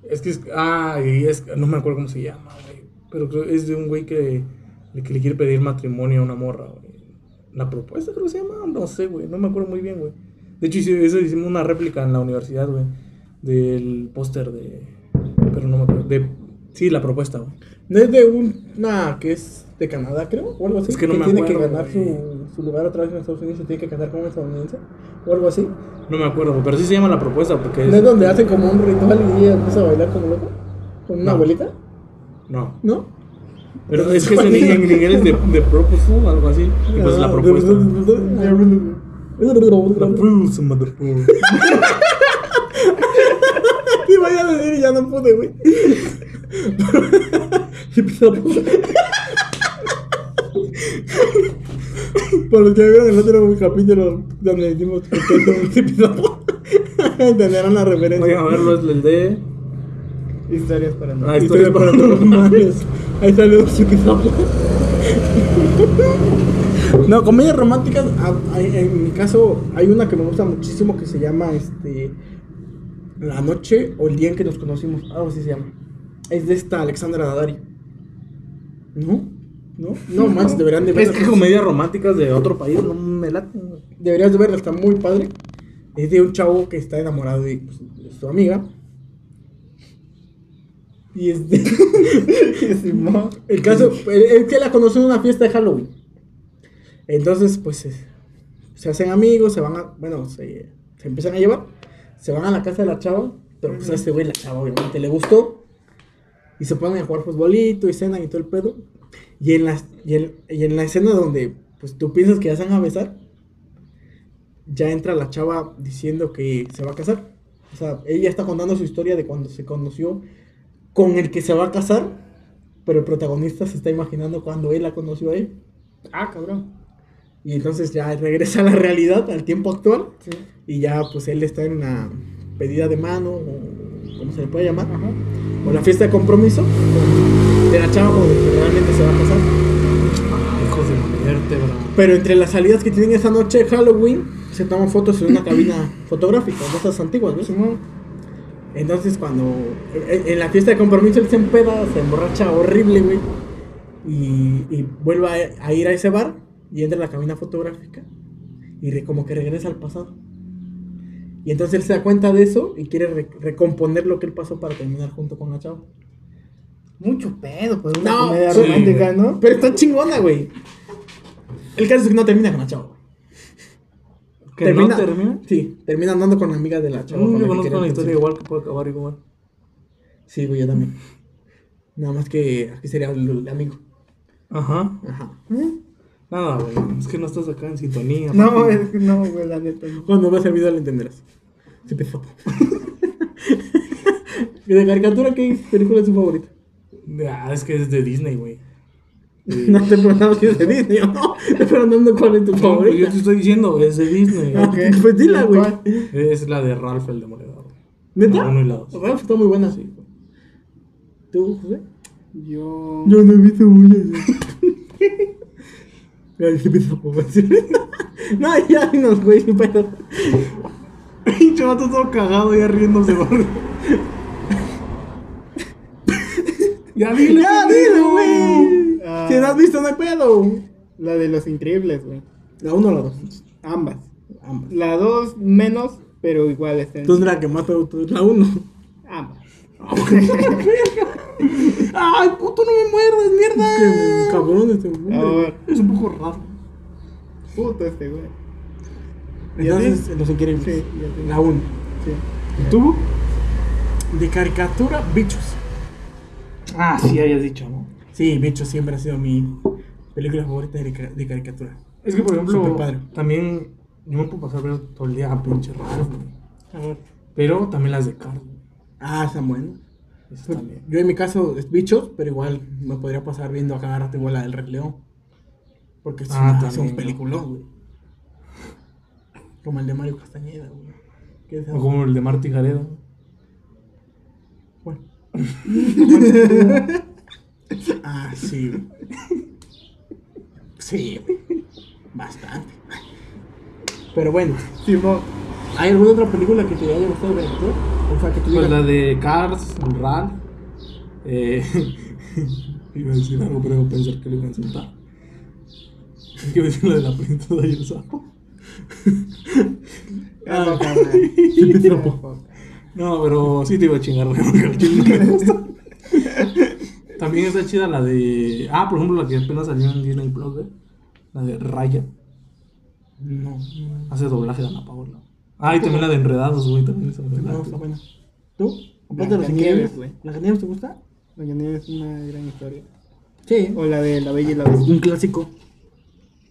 C: Es que es. Ah, y es. No me acuerdo cómo se llama, güey. Pero creo es de un güey que, de que le quiere pedir matrimonio a una morra, güey. La propuesta creo que se llama. No sé, güey. No me acuerdo muy bien, güey. De hecho, hice- eso hicimos una réplica en la universidad, güey. Del póster de. Pero no me acuerdo. De, sí, la propuesta, güey.
A: No es de un. Nah, que es de Canadá, creo, o algo así.
C: Es que no me
A: tiene que
C: acuerdo,
A: ganar su, su lugar otra vez en Estados Unidos y tiene que cantar como un estadounidense, o algo así.
C: No me acuerdo, güey, pero sí se llama la propuesta porque es. este.
A: No es donde hacen como un ritual y ella empieza a bailar como loco, con una
C: No.
A: abuelita,
C: No.
A: ¿no?
C: Pero es que es en, en inglés es de, de proposal, algo así. Y pues
A: Ah.
C: la propuesta. La propuesta, motherfucker.
A: Y vaya a decir y ya no pude, güey. Y empezó a poner- Por los que vieron el otro capítulo donde decimos que todo se empezó a poner- entenderán la
C: Vayan a
A: referencia.
C: verlo, es el de.
B: Historias para no.
C: Ah,
A: Historias
C: historias para
A: paranormales. Ahí salió su que está- No, comedias románticas, a- a- en mi caso hay una que me gusta muchísimo que se llama este La noche o el día en que nos conocimos, algo así se llama. Es de esta Alexandra Daddario. ¿No? ¿No? No, manches, deberían de
C: Es
A: verla.
C: que comedias románticas de otro país no me laten. güey.
A: Deberías de verla, está muy padre. Es de un chavo que está enamorado de, pues, de su amiga. Y es de...
B: Simón.
A: El caso es que la conoció en una fiesta de Halloween. Entonces, pues es- se hacen amigos, se van a. Bueno, se, se empiezan a llevar. Se van a la casa de la chava. Pero pues a este güey, la chava obviamente le gustó. Y se ponen a jugar futbolito y cenan y todo el pedo. Y en la, y en, y en la escena donde pues tú piensas que ya se van a besar, ya entra la chava diciendo que se va a casar. O sea, ella está contando su historia de cuando se conoció con el que se va a casar pero el protagonista se está imaginando cuando él la conoció a él.
B: Ah, cabrón.
A: Y entonces ya regresa a la realidad, al tiempo actual,
B: Sí.
A: y ya pues él está en una pedida de mano, o como se le puede llamar,
B: Ajá.
A: o la fiesta de compromiso con- de la chava con la que realmente se va a casar.
C: Ah, Hijos de muerte, bro.
A: Pero entre las salidas que tienen esa noche de Halloween, se toman fotos en una cabina fotográfica, de esas antiguas, ¿ves? Entonces cuando en, en la fiesta de compromiso él se empeda, se emborracha horrible, güey. Y, y vuelve a, a ir a ese bar y entra a la cabina fotográfica y re- como que regresa al pasado. Y entonces él se da cuenta de eso y quiere re- recomponer lo que él pasó para terminar junto con la chava.
B: Mucho pedo, pues una
A: No,
B: comedia
A: sí,
B: romántica,
C: güey.
B: ¿no?
A: Pero está chingona, güey. El caso es que no termina con la chava, güey.
C: ¿Que
A: termina,
C: no termina?
A: Sí, termina andando con la amiga de la chava. con
C: Mm,
A: la
C: yo
A: que
C: conozco
A: quería
C: una
A: al
C: historia
A: principio.
C: igual que puede acabar igual.
A: Sí, güey, yo también. Nada más que aquí sería el, el amigo.
C: Ajá.
A: Ajá.
C: Nada, güey. Es que no estás acá en sintonía.
B: No,
C: papi.
B: es que no, güey, la neta. no.
A: Cuando veas el video lo entenderás. Se pesó. ¿Y de caricatura qué película es tu favorita?
C: Ah, es que es de Disney, güey.
A: No te preguntamos si es de Disney o no. Te preguntando cuál es tu
C: No, güey, yo
A: favorita.
C: te estoy diciendo, güey, es de Disney.
A: Ah, Pues dila, güey.
C: Es la de Ralph el Demoledor.
A: ¿Neta?
C: La uno y la dos.
A: Ralph está muy buena, sí. ¿Tú, José?
B: Yo.
A: no he visto muchas. se empezó a decir. "Pues, No, ya nos güey, sin pedo.
C: Pinche vato todo cagado ya riéndose, güey. ya dile.
A: ¡Ya, dilo, güey!
B: Ah.
A: Si no has visto, no hay pedo.
B: La de los increíbles, güey.
A: La 1 o la 2.
B: Ambas.
A: Ambas.
B: La dos menos, pero igual están.
A: Entonces la que más te gustó es la 1.
B: Ambas.
A: ¡Ay, puto, no me muerdas, mierda! cabrón, este
B: Ahora,
C: Es un poco raro.
B: puto este, güey.
A: Entonces, los increíbles.
B: Sí, ya sé.
A: La 1.
B: Sí.
C: ¿Tú?
A: De caricatura, bichos.
C: Ah, sí, hayas dicho, ¿no?
A: Sí, bichos siempre ha sido mi película favorita de, ca- de caricatura.
C: Es que, por ejemplo,
A: Súper padre.
C: también yo me puedo pasar ver todo el día a pinche Ralph, güey. Pero también las de Carl, güey.
A: Ah, están buenas.
C: Esas también.
A: Yo en mi caso es bichos, pero igual me podría pasar viendo a cada rato igual la del Rey León. Porque es,
C: Ah,
A: una- es
C: también,
A: un
C: ¿no?
A: peliculón, güey. Como el de Mario Castañeda, güey. Que es-
C: O como el de Marty Gareda.
A: Bueno. ah, sí. güey. Sí, güey. bastante. Pero bueno,
B: Simón.
A: ¿hay alguna otra película que te haya gustado de caricatura? O sea, que tú
C: Pues
A: digas,
C: la de Cars, Ralph. Eh, iba a decir algo, pero iba a pensar que lo iba a insultar. Es que iba a decir la de la princesa de Yosapo.
A: Ah.
B: Ah, poca madre. Ah, poca.
C: No, pero sí te iba a chingar, güey, porque al chile no me gusta. También está chida la de. Ah, por ejemplo, la que apenas salió en Disney Plus, güey. La de Raya.
A: No,
C: Hace doblaje de Ana Paola. Ah, y también la de Enredados, güey. También esa
A: no, no,
C: doblaje.
A: está buena. ¿Tú? Aparte de los
B: Blancanieves,
A: increíbles,
B: güey.
A: ¿Blancanieves te gusta?
B: Oye, no es una gran historia.
A: Sí.
B: O la de La Bella y la Bestia.
A: Un clásico.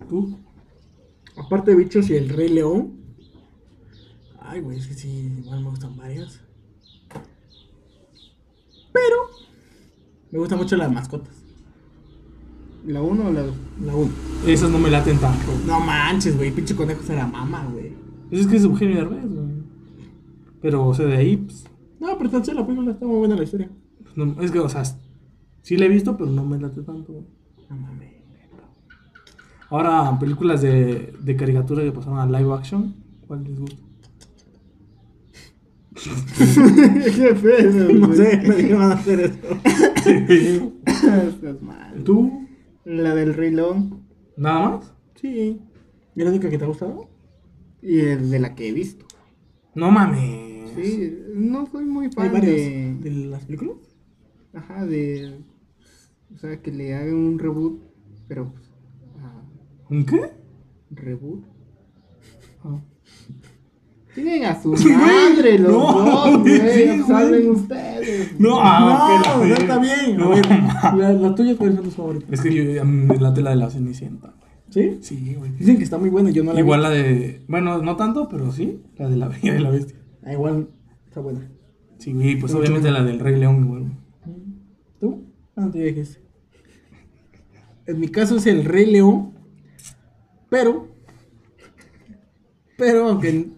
C: ¿Tú?
A: Aparte de Bichos y El Rey León. Ay, güey, es que sí, igual me gustan varias. Pero me gusta mucho las mascotas.
B: ¿La 1 o la 2?
A: La 1.
C: Esas no me laten tanto.
A: No manches, güey, pinche conejo se la mama, güey.
C: Pues es que es Eugenio Derbez, güey. Pero, o sea, de ahí, pues,
A: No, pero tan la película está muy buena la historia.
C: pues, no- es que, o sea, sí la he visto, pero no me late tanto, güey.
A: No mames.
C: Ahora, películas de, de caricatura que pasaron a live action, ¿cuál les gusta?
B: ¿Qué fue eso?
A: No
B: güey?
A: sé, me dijeron hacer eso.
B: Estás mal.
C: ¿Tú?
B: La del Rey León
C: ¿Nada más?
A: Sí. ¿Y la única que te ha gustado?
B: y el de la que he visto.
C: No mames.
B: Sí, no soy muy
A: Hay
B: fan
A: varias.
B: de.
A: ¿De las películas?
B: Ajá, de. O sea, que le hagan un reboot, pero. pues, ah,
C: ¿Un qué?
B: ¿Reboot?
C: Ah.
B: Tienen a su madre los
C: no,
B: dos,
C: sí,
B: güey.
C: güey.
B: saben ustedes.
C: No, ah, ok, la
A: no,
C: verga.
A: está bien. A
C: No,
A: ver,
C: ma.
A: la- las tuyas cuáles son tus favoritas.
C: Es que yo, a mí me late la de la Cenicienta, güey.
A: ¿Sí?
C: Sí, güey.
A: Dicen que está muy buena, yo no la he
C: Igual la de. Bueno, no tanto, pero sí. La de la Bella y la Bestia.
A: Ah, igual está buena.
C: Sí, güey, pues obviamente la del Rey León, güey.
A: ¿Tú? No te dejes. En mi caso es el Rey León, pero. Pero aunque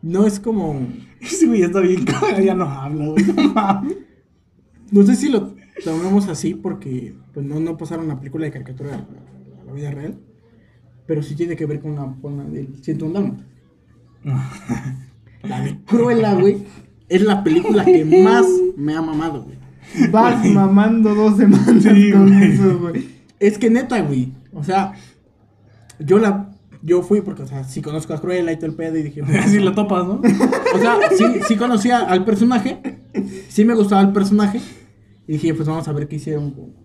A: no es como.
C: Ese güey ya está bien cagado, ya no habla, güey. No mames.
A: No sé si lo tomamos así porque pues no, no pasaron la película de caricatura a la vida real, pero sí tiene que ver con la, con la del 101 Dálmatas. La de Cruella, güey, es la película que más me ha mamado, güey.
B: Vas mamando dos semanas
C: Sí,
B: con
C: güey.
B: eso, güey.
A: Es que neta, güey. O sea, yo la. Yo fui porque, o sea, sí conozco a Cruella y todo el pedo y dije.
C: Así lo topas, ¿no?
A: O sea, sí, sí conocía al personaje. Sí me gustaba el personaje. Y dije, pues vamos a ver qué hicieron. con-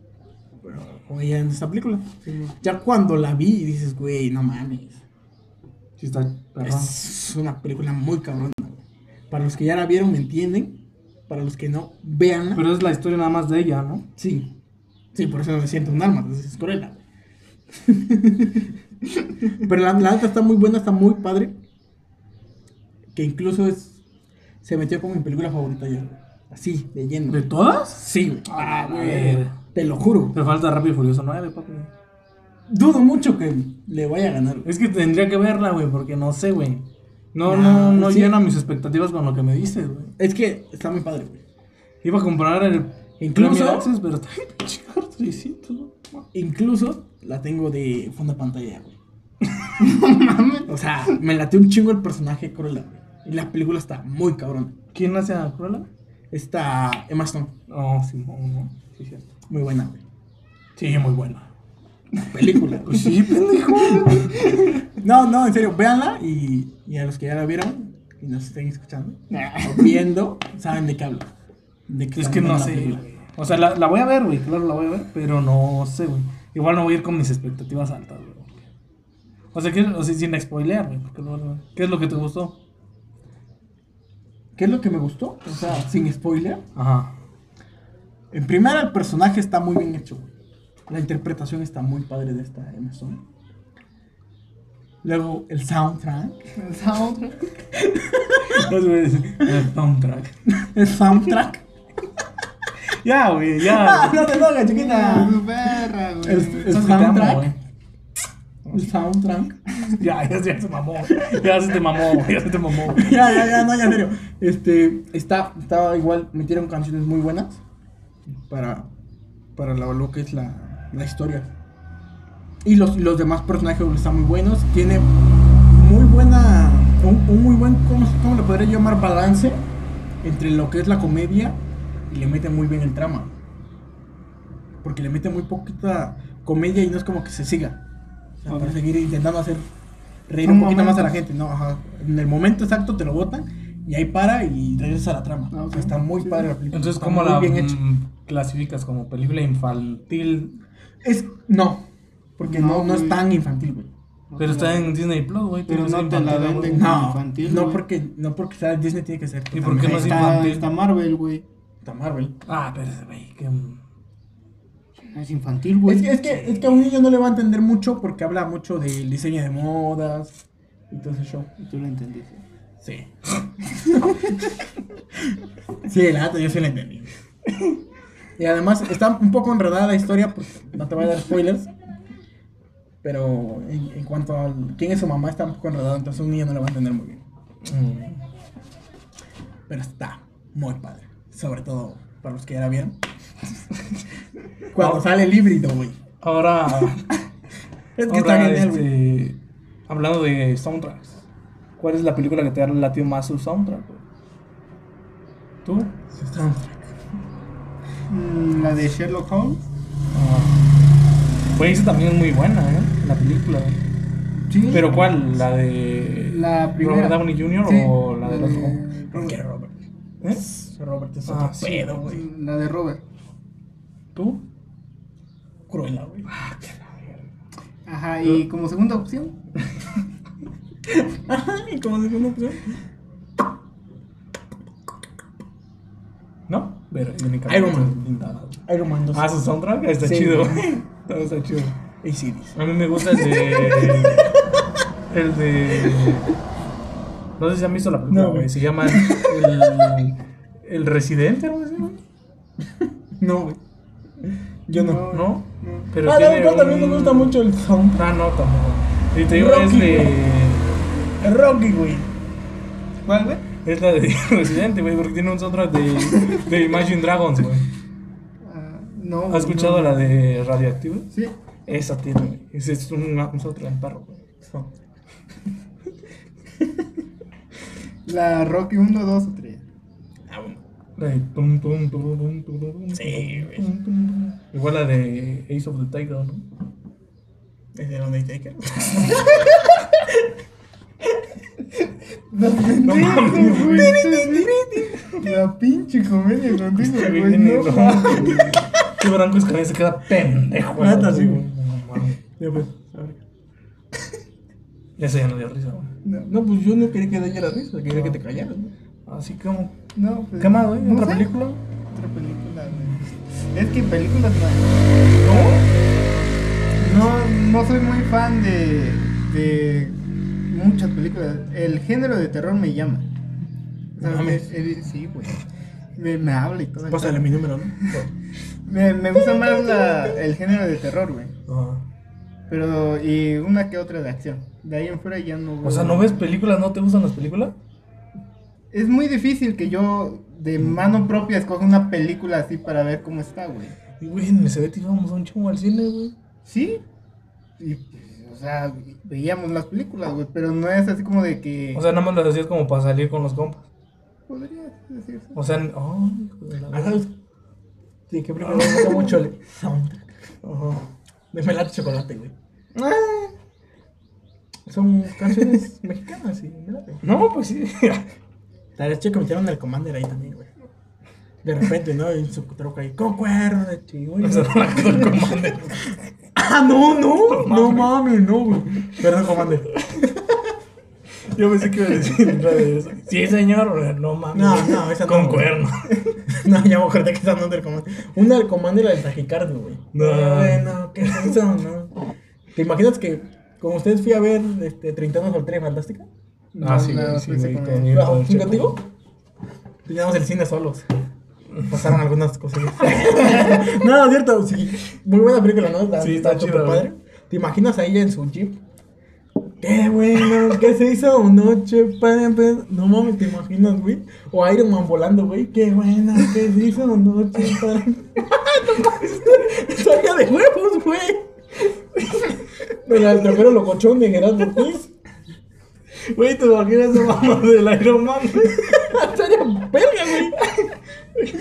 A: como ella en esta película.
B: Sí,
A: Ya cuando la vi, dices, güey, no mames.
C: Sí, está perrón.
A: Es una película muy cabrona, güey. Para los que ya la vieron, me entienden. Para los que no, véanla.
C: Pero es la historia nada más de ella, ¿no?
A: Sí. Sí, por eso me siento un alma, entonces es Corella, güey. Pero la, la neta está muy buena, está muy padre. Que incluso es. Se metió como mi película favorita ya. Así, leyendo.
C: ¿De todas?
A: Sí, güey.
C: Ah, güey.
A: Te lo juro.
C: Te falta Rápido y Furioso 9, papi.
A: Dudo mucho que le vaya a ganar. güey.
C: Es que tendría que verla, güey, porque no sé, güey. No, no,
A: Nah,
C: no
A: Ah, sí.
C: llena mis expectativas con lo que me dices, güey.
A: Es que está muy padre, güey.
C: Iba a comprar el.
A: Incluso-
C: Premier Access, pero está bien pinche caro, 300, ¿no?
A: Incluso la tengo de fondo de pantalla, güey. No mames. O sea, me late un chingo el personaje de Cruella, güey. Y la película está muy cabrona.
C: ¿Quién hace a Cruella?
A: Está Emma Stone.
C: No, Simón, no. Sí, cierto.
A: Muy buena, güey.
C: Sí, muy buena. Pues
A: Película, güey.
C: Sí, pendejo.
A: No, no, en serio, véanla y, y a los que ya la vieron y nos estén escuchando o viendo, saben de qué hablo. De qué
C: Es
A: está
C: que no
A: hablando la
C: sé,
A: película.
C: güey. O sea, la, la voy a ver, güey, claro, la voy a ver, pero no sé, güey. Igual no voy a ir con mis expectativas altas, güey. O sea, que, o sea, sin spoilear, güey, porque luego, luego- ¿Qué es lo que te gustó?
A: ¿Qué es lo que me gustó? O sea, sin spoiler.
C: Ajá.
A: En primera, el personaje está muy bien hecho, güey. La interpretación está muy padre de esta Emma Stone. Luego, el soundtrack.
C: El soundtrack.
A: El soundtrack.
C: Ya, güey,
A: ¡Ah,
C: ya. güey.
A: no te enojes, chiquita!
B: Tu perra, güey.
A: El, el
C: Sabes que te amo,
A: soundtrack.
C: güey.
A: El soundtrack.
C: Ya, ya, ya se mamó. Ya se te mamó, güey, ya se te mamó. güey.
A: Ya, ya, ya, no, ya, en serio. Este, está, estaba igual, metieron canciones muy buenas para, para la- lo que es la, la historia. Y los, los demás personajes están muy buenos. Tiene muy buena, un, un muy buen, ¿cómo, se- ¿cómo le podría llamar? Balance entre lo que es la comedia y le mete muy bien el trama. Porque le mete muy poquita comedia y no es como que se siga. O sea, para
C: Ok.
A: seguir intentando hacer reír
B: Un
A: un, poquito más
B: momento.
A: a la gente. No, ajá. En el momento exacto te lo botan y ahí para y regresa a la trama.
B: Ah,
A: O
B: ok.
A: sea, está muy
B: Sí.
A: padre la película.
C: Entonces,
A: está
C: ¿cómo
A: muy
C: la
A: bien hecha.
C: mm, clasificas? ¿Como película infantil?
A: Es, no, porque
B: No,
A: no, no,
B: güey.
A: es tan infantil, güey.
C: Pero está en Disney Plus, güey. tiene
B: Pero
C: que
B: no
C: ser
B: te la
C: infantil,
B: venden.
C: güey.
A: No,
B: infantil,
A: no
B: güey.
A: porque, no porque sea Disney tiene que ser.
C: ¿Y por qué
B: Ahí
C: no es
A: totalmente
B: está,
C: infantil?
B: está Marvel, güey.
A: Está Marvel.
C: Ah, pero, güey, que...
B: Es infantil, güey.
A: Es que, es, que, es que a un niño no le va a entender mucho porque habla mucho del diseño de modas y todo ese show.
B: Y Tú lo entendiste.
A: Sí. sí, la neta, yo sí la entendí. Y además está un poco enredada la historia, porque no te voy a dar spoilers. Pero en, en cuanto a quién es su mamá, está un poco enredado, entonces un niño no lo va a entender muy bien.
C: Mm.
A: Pero está muy padre. Sobre todo para los que ya la vieron.
C: Oh.
A: Cuando sale el híbrido, güey.
C: Ahora,
A: Es que está
C: ahora,
A: genial, güey.
C: este, hablando de soundtracks, ¿cuál es la película que te ha latido más su soundtrack? güey? ¿Tú? Ah.
B: Mm, La de Sherlock Holmes.
C: Ah. Güey, esa también es muy buena, ¿eh? La película. güey.
B: Sí.
C: ¿Pero cuál? ¿La de
B: La primera.
C: Robert Downey Jr.
B: Sí.
C: o la del otro?
B: Eh,
A: ¿Por qué
B: Robert.
A: Robert?
C: ¿Eh?
A: Robert es
C: Ah,
A: otro
C: sí.
A: pedo, güey.
B: La de Robert.
C: ¿Tú?
A: Cruela, güey.
B: Ajá, y como segunda opción.
A: y como segunda opción.
C: ¿No? Pero en mi
A: Iron Man.
C: está pintada, güey.
A: Iron Man 2.
C: Ah, su soundtrack está
A: Sí.
C: chido. está chido.
A: ACDC.
C: A mí me gusta el de. El de. No sé si han visto la película,
A: No,
C: güey.
A: güey.
C: Se llama El, el Residente, algo así, güey.
A: No, güey. Yo no.
C: ¿No? Pero
A: ah, la
C: tiene
A: verdad también me gusta
C: un-
A: mucho el soundtrack.
C: Ah, no, tampoco. Y te digo, es
A: Rocky,
C: de.
A: Rocky, güey.
B: ¿Cuál, güey?
C: Es la de Residente, güey, porque tiene un soundtrack de, de Imagine Dragons, güey.
B: Ah, no.
C: ¿Has
B: güey,
C: escuchado
B: no.
C: la de Radioactive?
B: Sí.
C: Esa tiene, güey. Ese es un, un soundtrack en perro, güey.
B: La Rocky 1, 2 o 3.
A: Ah, bueno.
C: La de tum, tum, tum, tum, tum, tum,
A: Sí, güey.
C: tum, tum. Igual la de Ace of the Tiger, ¿no?
A: Es de Undertaker.
C: No mames, güey.
B: La pinche comedia contigo,
C: Este
B: güey.
C: viene,
B: No,
C: no.
B: mames.
C: Pinche Branco Escamilla se queda pendejo. güey.
A: Neta, sí, güey.
C: No, mames.
A: Ya pues, a ver.
C: Ya se ya no dio risa, güey.
A: No, no, pues yo no quería que dañara risa, quería que te callaras, ¿no?
C: Así como.
B: No,
A: Eh,
B: pues,
C: ¿Qué más, güey?
B: no
C: ¿Otra
B: sé.
C: película?
B: Otra película, güey. Es que películas no. No, no soy muy fan de, de muchas películas. El género de terror me llama. O sea,
A: No mames.
B: me- eh, sí, güey. Me, me habla y todo.
A: Pásale mi número, ¿no?
B: Me, me gusta más la, el género de terror, güey.
C: Ajá.
B: Pero, y una que otra de acción. De ahí en fuera ya no.
C: O sea, ¿no ves películas? ¿No te gustan las películas?
B: Es muy difícil que yo de mano propia escoja una película así para ver cómo está, güey.
C: Y, güey, en el CBT íbamos a un chungo al cine, güey.
B: Sí. Y, pues, o sea, veíamos las películas, güey, pero no es así como de que...
C: O sea, nada más las hacías como para salir con los compas.
B: podría decirse.
C: O sea, oh, hijo de la
A: Ajá.
C: verga.
A: Sí, que primero me gusta mucho el soundtrack.
C: Ajá.
A: De melate chocolate, güey. Ah. Son canciones mexicanas y me late.
C: No, pues sí.
A: Tal vez chico metieron el commander ahí también, güey. De repente, ¿no? En su troca ahí, con cuerno de
C: O sea, no la cosa del Commander.
A: Ah, no, no, no mames, no, güey. Perdón, commander.
C: Yo pensé que iba a decir otra de eso. Sí, señor, no mames.
A: No, no, esa no,
C: Con
A: güey.
C: cuerno.
A: No, ya me acordé que esa no es del commander. Una del commander y la del taquicardio, güey.
C: No.
A: Bueno, ¿qué es eso, no? ¿Te imaginas que, como ustedes fui a ver, este, 30 años soltera y fantástica?
C: Ah, sí,
B: No, no,
C: güey, sí,
B: pensé
C: güey.
B: como-
C: con-
A: ¿Bajo Pues
C: con-
A: un contigo? Teníamos el cine solos. Pasaron algunas cosas. no, no, cierto, sí. Muy buena película, ¿no? La-
C: Sí, está
A: la-
C: chida,
A: padre.
C: güey.
A: ¿Te imaginas a ella en su jeep? Qué bueno, ¿qué se hizo noche? padre, padre? No mames, ¿te imaginas, güey? O a Iron Man volando, güey. Qué bueno, ¿qué se hizo noche? padre? no mames, estaría de huevos, güey. Pero el trapero locochón de Gerardo Ortiz.
C: Güey, te imaginas esa mamá del Iron Man, güey.
A: Estaría verga, güey.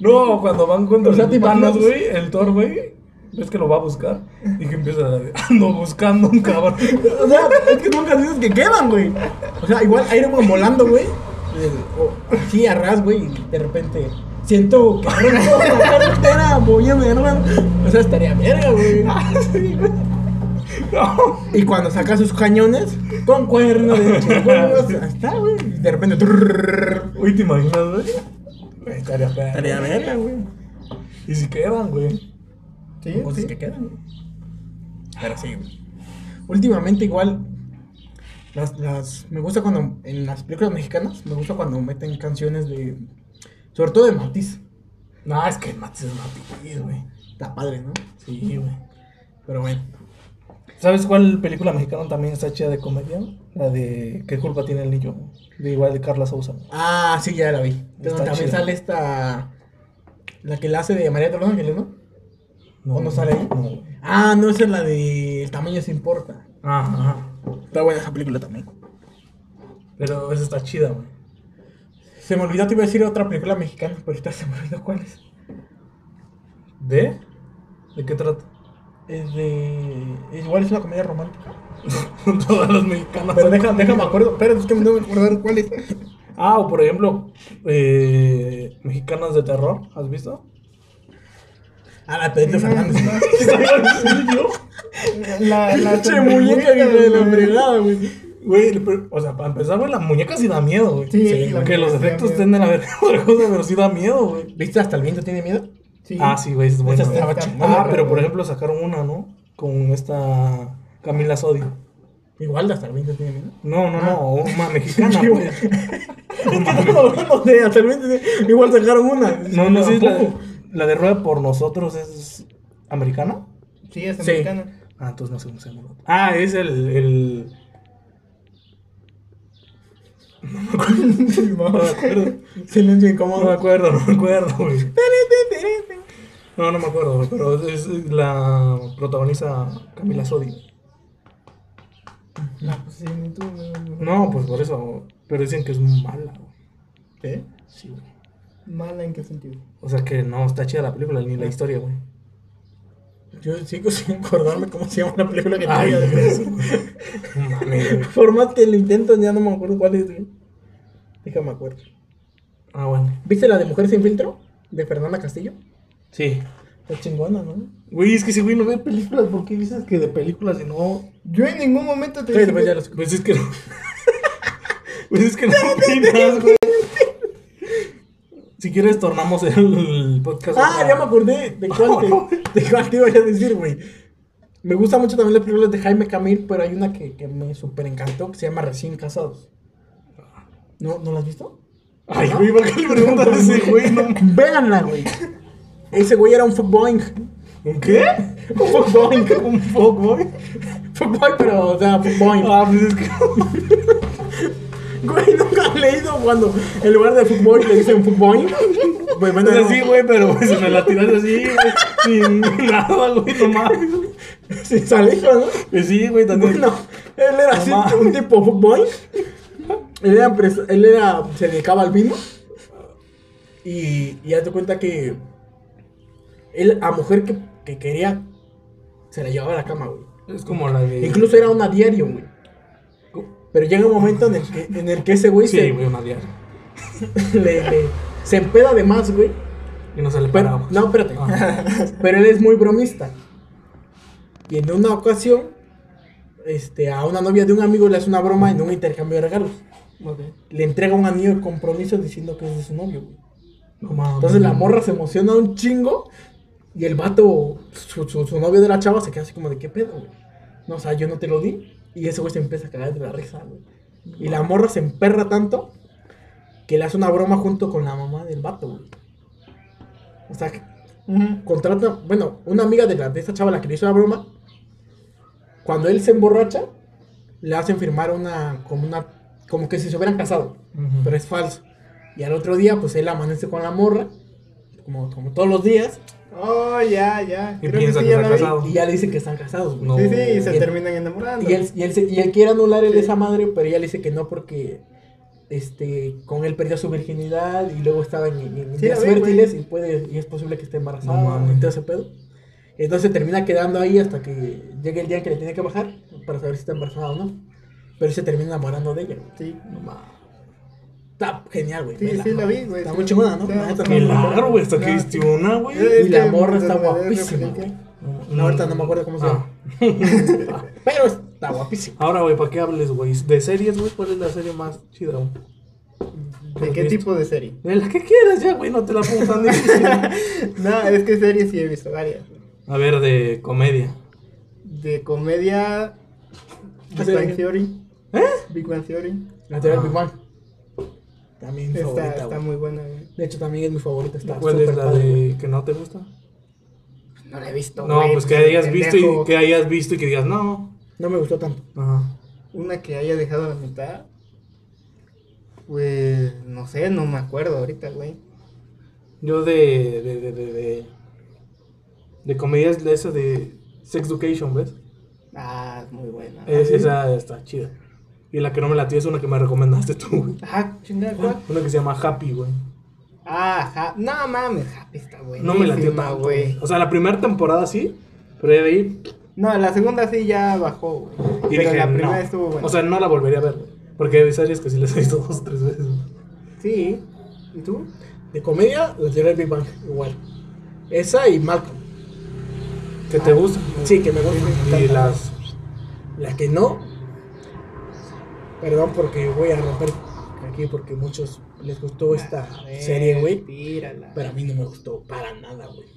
C: No, cuando van contra
A: O sea,
C: los
A: ¿te
C: panas,
A: imaginas?
C: güey, el Thor, güey. Ves que lo va a buscar. Y que empieza a ando buscando un cabrón.
A: O sea, es que son canciones que quedan, güey. O sea, igual Iron Man volando, güey. eh, o así a ras, güey, y de repente siento que arranco la carretera, voy a verla. O sea, estaría verga, güey.
C: No.
A: Y cuando saca sus cañones, con cuernos de chingos, ahí está, güey. Y de repente, trrrr,
C: Güey, ¿te imaginas, güey? Güey, Pues, Estaría perro.
A: estaría verga, güey.
C: Y si quedan, güey.
B: Sí,
A: Cosas
B: sí.
A: que quedan, güey. Pero sí, güey. Últimamente, igual. Las, las, me gusta cuando. En las películas mexicanas, me gusta cuando meten canciones de. Sobre todo de Matiz.
C: No, es que el Matiz es Matiz, güey.
A: Está padre, ¿no?
C: Sí, güey.
A: Pero bueno.
C: ¿Sabes cuál película mexicana también está chida de comedia? La de ¿Qué culpa tiene el niño? De igual de Carla Sousa.
A: Ah, sí, ya la vi. Donde
C: Está
A: también
C: chida.
A: sale esta. La que la hace de María de los Ángeles, ¿no? ¿O no sale ahí?
C: No.
A: Ah, no, esa es la de El tamaño se importa.
C: Ah, Ajá.
A: Está buena esa película también.
C: Pero esa está chida, güey.
A: Se me olvidó, te iba a decir otra película mexicana, pero ahorita se me olvidó cuál es.
C: ¿De? ¿De qué trata?
A: Es de. Igual es una comedia romántica.
C: Todas las mexicanas.
A: Pero deja, deja, me acuerdo. Espérate, es que me tengo que acordar cuál es.
C: Ah, o por ejemplo, eh, mexicanas de terror, ¿has visto?
A: Ah, la de Pedrito Fernández. ¿no?
B: La, la
A: Pinche muñeca hija de la
B: güey.
A: fregada, güey.
C: Güey, pero, o sea, para empezar, güey, la muñeca sí da miedo, güey.
B: Sí,
A: Sí,
B: la
C: Que
B: muñeca
C: los
B: sí da
C: efectos
B: miedo.
C: tienden a ver otra cosa, pero sí da miedo, güey.
A: ¿Viste hasta el viento tiene miedo?
B: Sí.
C: Ah, sí, güey, es bueno.
A: estaba
C: güey.
A: chingona,
C: Ah, pero
B: güey.
C: por ejemplo sacaron una, ¿no? Con esta Camila Sodi.
A: Igual hasta el viento tiene pues. miedo.
C: No, no, no, una mexicana,
A: Sí,
C: güey.
A: güey. Estamos hablando de hasta el viento tiene- Igual sacaron una.
C: No, no sé, si la,
A: Tampoco.
C: la de Rueda por nosotros es americana.
B: Sí, es
A: Sí.
B: americana.
C: Ah, entonces no sé cómo se llama. Ah, es el. el... No me acuerdo.
A: Silencio
C: No me
A: incómodo.
C: acuerdo, no me acuerdo, güey. No, no me acuerdo, güey, pero es es la protagoniza Camila Sodi.
B: No, pues sí, ni tú, güey.
C: No, pues por eso. Pero dicen que es mala, güey.
B: ¿Eh?
C: Sí, güey.
B: ¿Mala en qué sentido?
C: O sea que no está chida la película ni la historia, güey.
A: Yo sigo sin acordarme cómo se llama la película que te
C: Ay,
A: voy a decir.
C: No mames, güey.
A: Por más que lo intento, ya no me acuerdo cuál es. güey. Déjame acuerdo.
C: Ah, bueno.
A: ¿Viste la de Mujer sin filtro? De Fernanda Castillo.
C: Sí.
A: Está chingona, ¿no? Güey, es que si güey no ve películas, ¿por qué dices que de películas y no?
B: Yo en ningún momento te
A: Cállate,
B: dije.
A: pues ya las-
C: Pues es que no. pues es que no opinas, güey. Si quieres, tornamos el podcast.
A: Ah,
C: otra-
A: ya me acordé de cuál te, de cuál te iba a decir, güey. Me gusta mucho también las películas de Jaime Camil, pero hay una que, que me súper encantó que se llama Recién Casados. ¿No, ¿No la has visto?
C: Ay, güey, ¿por qué le preguntas a ese güey? No.
A: Véanla, güey. Ese güey era un fuckboy.
C: ¿Un qué?
A: Un fuckboy.
C: ¿Un fuckboy?
A: Fuckboy, pero, o sea, fuckboy.
C: Ah, pues es que.
A: Güey, nunca he leído cuando en lugar de fuckboy le dicen fuckboy. Güey, bueno,
C: Es
A: era-
C: Pues así, güey, pero güey, se me la tiraste así, güey. Sin nada, güey, no mames.
A: Sí, sale, ¿no?
C: Pues sí, güey, también.
A: Bueno, él era así,
C: Mamá.
A: un tipo fuckboy. Él era, pres- él era, se dedicaba al vino. Y, y hazte cuenta que él, a mujer que, que quería, se la llevaba a la cama, güey.
C: Es como la de.
A: Incluso era una diario, güey. Pero llega un momento en el que, en el que ese güey
C: Sí,
A: se,
C: güey, una diaria.
A: le- le- se empeda de más, güey.
C: Y no se le
A: Pero,
C: paraba.
A: no, espérate.
C: Ah.
A: Pero él es muy bromista. Y en una ocasión, este, a una novia de un amigo le hace una broma en un intercambio de regalos.
C: Ok.
A: Le entrega un anillo de compromiso diciendo que es de su novio, güey.
C: No mames.
A: Entonces la morra se emociona un chingo y el vato, su, su- su novio de la chava, se queda así como de qué pedo, güey. No, o sea, yo no te lo di. Y ese güey se empieza a cagar de la risa, güey. Y la morra se emperra tanto que le hace una broma junto con la mamá del vato, güey. O sea, que- contrata, bueno, una amiga de, la, de esta chava la que le hizo la broma, cuando él se emborracha, le hacen firmar una, como una, como que si se hubieran casado,
C: Ujú.
A: pero es falso. Y al otro día, pues él amanece con la morra, como, como todos los días,
B: Oh, ya, ya.
C: Y
B: Creo que
C: piensa
B: sí,
C: que
B: ya
C: está
B: la vi.
C: casado.
A: y ya le dicen que están casados, güey.
C: No.
B: Sí, sí, y se
A: Y-
B: terminan enamorando.
A: Y él, y, él se- y él quiere anular el de esa madre, pero ella le dice que no porque este con él perdió su virginidad y luego estaba en, en- en
B: Sí,
A: días
B: la vi, güey.
A: fértiles y puede y es posible que esté
C: No
A: embarazada
C: mames.
A: y todo ese pedo. Entonces termina quedando ahí hasta que llegue el día en que le tiene que bajar para saber si está embarazada o no. Pero él se termina enamorando de ella. güey.
B: Sí.
A: No mames. Está genial, güey.
B: Sí,
A: Vela,
B: sí, la vi,
A: mames.
B: güey.
A: Está
B: Sí,
A: muy chingona, ¿no?
B: sí,
A: La neta,
B: sí.
C: Qué
A: no me acuerdo.
C: largo, güey, está
B: No,
C: cristiana, güey.
A: Y la
B: Es que
A: morra está
B: me da
A: guapísima.
B: referencia.
A: No, ahorita no me acuerdo cómo se llama.
C: Ah.
A: Pero está guapísima.
B: Ah.
C: Ahora, güey, ¿para qué hables, güey? De series, güey, ¿cuál es la serie más chida, güey?
B: ¿De qué
C: Listo.
B: tipo de serie?
C: De la que quieras, ya, güey, no te la pongo tan difícil.
B: No, es que series sí he visto varias.
C: A ver, de comedia.
B: De comedia. Big Bang Theory.
C: ¿Eh?
B: Big Bang Theory.
A: La teoría
C: Ah.
A: de Big Bang. También mi
B: Está,
A: favorita,
B: está
A: güey.
B: muy buena, güey.
A: De hecho, también es mi favorita. Está
C: ¿Cuál es
A: súper
C: la
A: padre, güey.
C: de que no te gusta?
B: No la he visto.
C: No,
B: güey,
C: pues que hayas visto y
B: pendejo.
C: que hayas visto y que digas, no.
A: No me gustó tanto.
C: Ajá.
B: Una que haya dejado a la mitad. Pues. No sé, no me acuerdo ahorita, güey.
C: Yo de. de. de. de. de, de comedias de esa de Sex Education, ¿ves?
B: Ah, es muy buena.
C: Es- Esa está chida. Y la que no me la es una que me recomendaste tú, güey.
B: Ah, chingada, ¿cuál?
C: Una que se llama Happy, güey.
B: Ah, ja- no mames, Happy está buena.
C: No me la tanto, güey.
B: güey.
C: O sea, la primera temporada sí, pero ya de ahí.
B: No, la segunda sí ya bajó, güey. Pero
C: Y dije,
B: la primera
C: no.
B: estuvo buena.
C: O sea, no la volvería a ver, güey. Porque hay series que sí las he visto dos, tres veces.
B: sí. ¿Y tú?
A: De comedia, la teoría de Big Bang, igual. Esa y Malcolm.
C: Que te gusta.
A: Sí, que me gusta.
C: Y las.
A: La que no. Perdón porque voy a romper aquí porque muchos les gustó esta
B: A ver,
A: serie, güey.
B: Tírala.
A: Pero a mí no me gustó para nada, güey.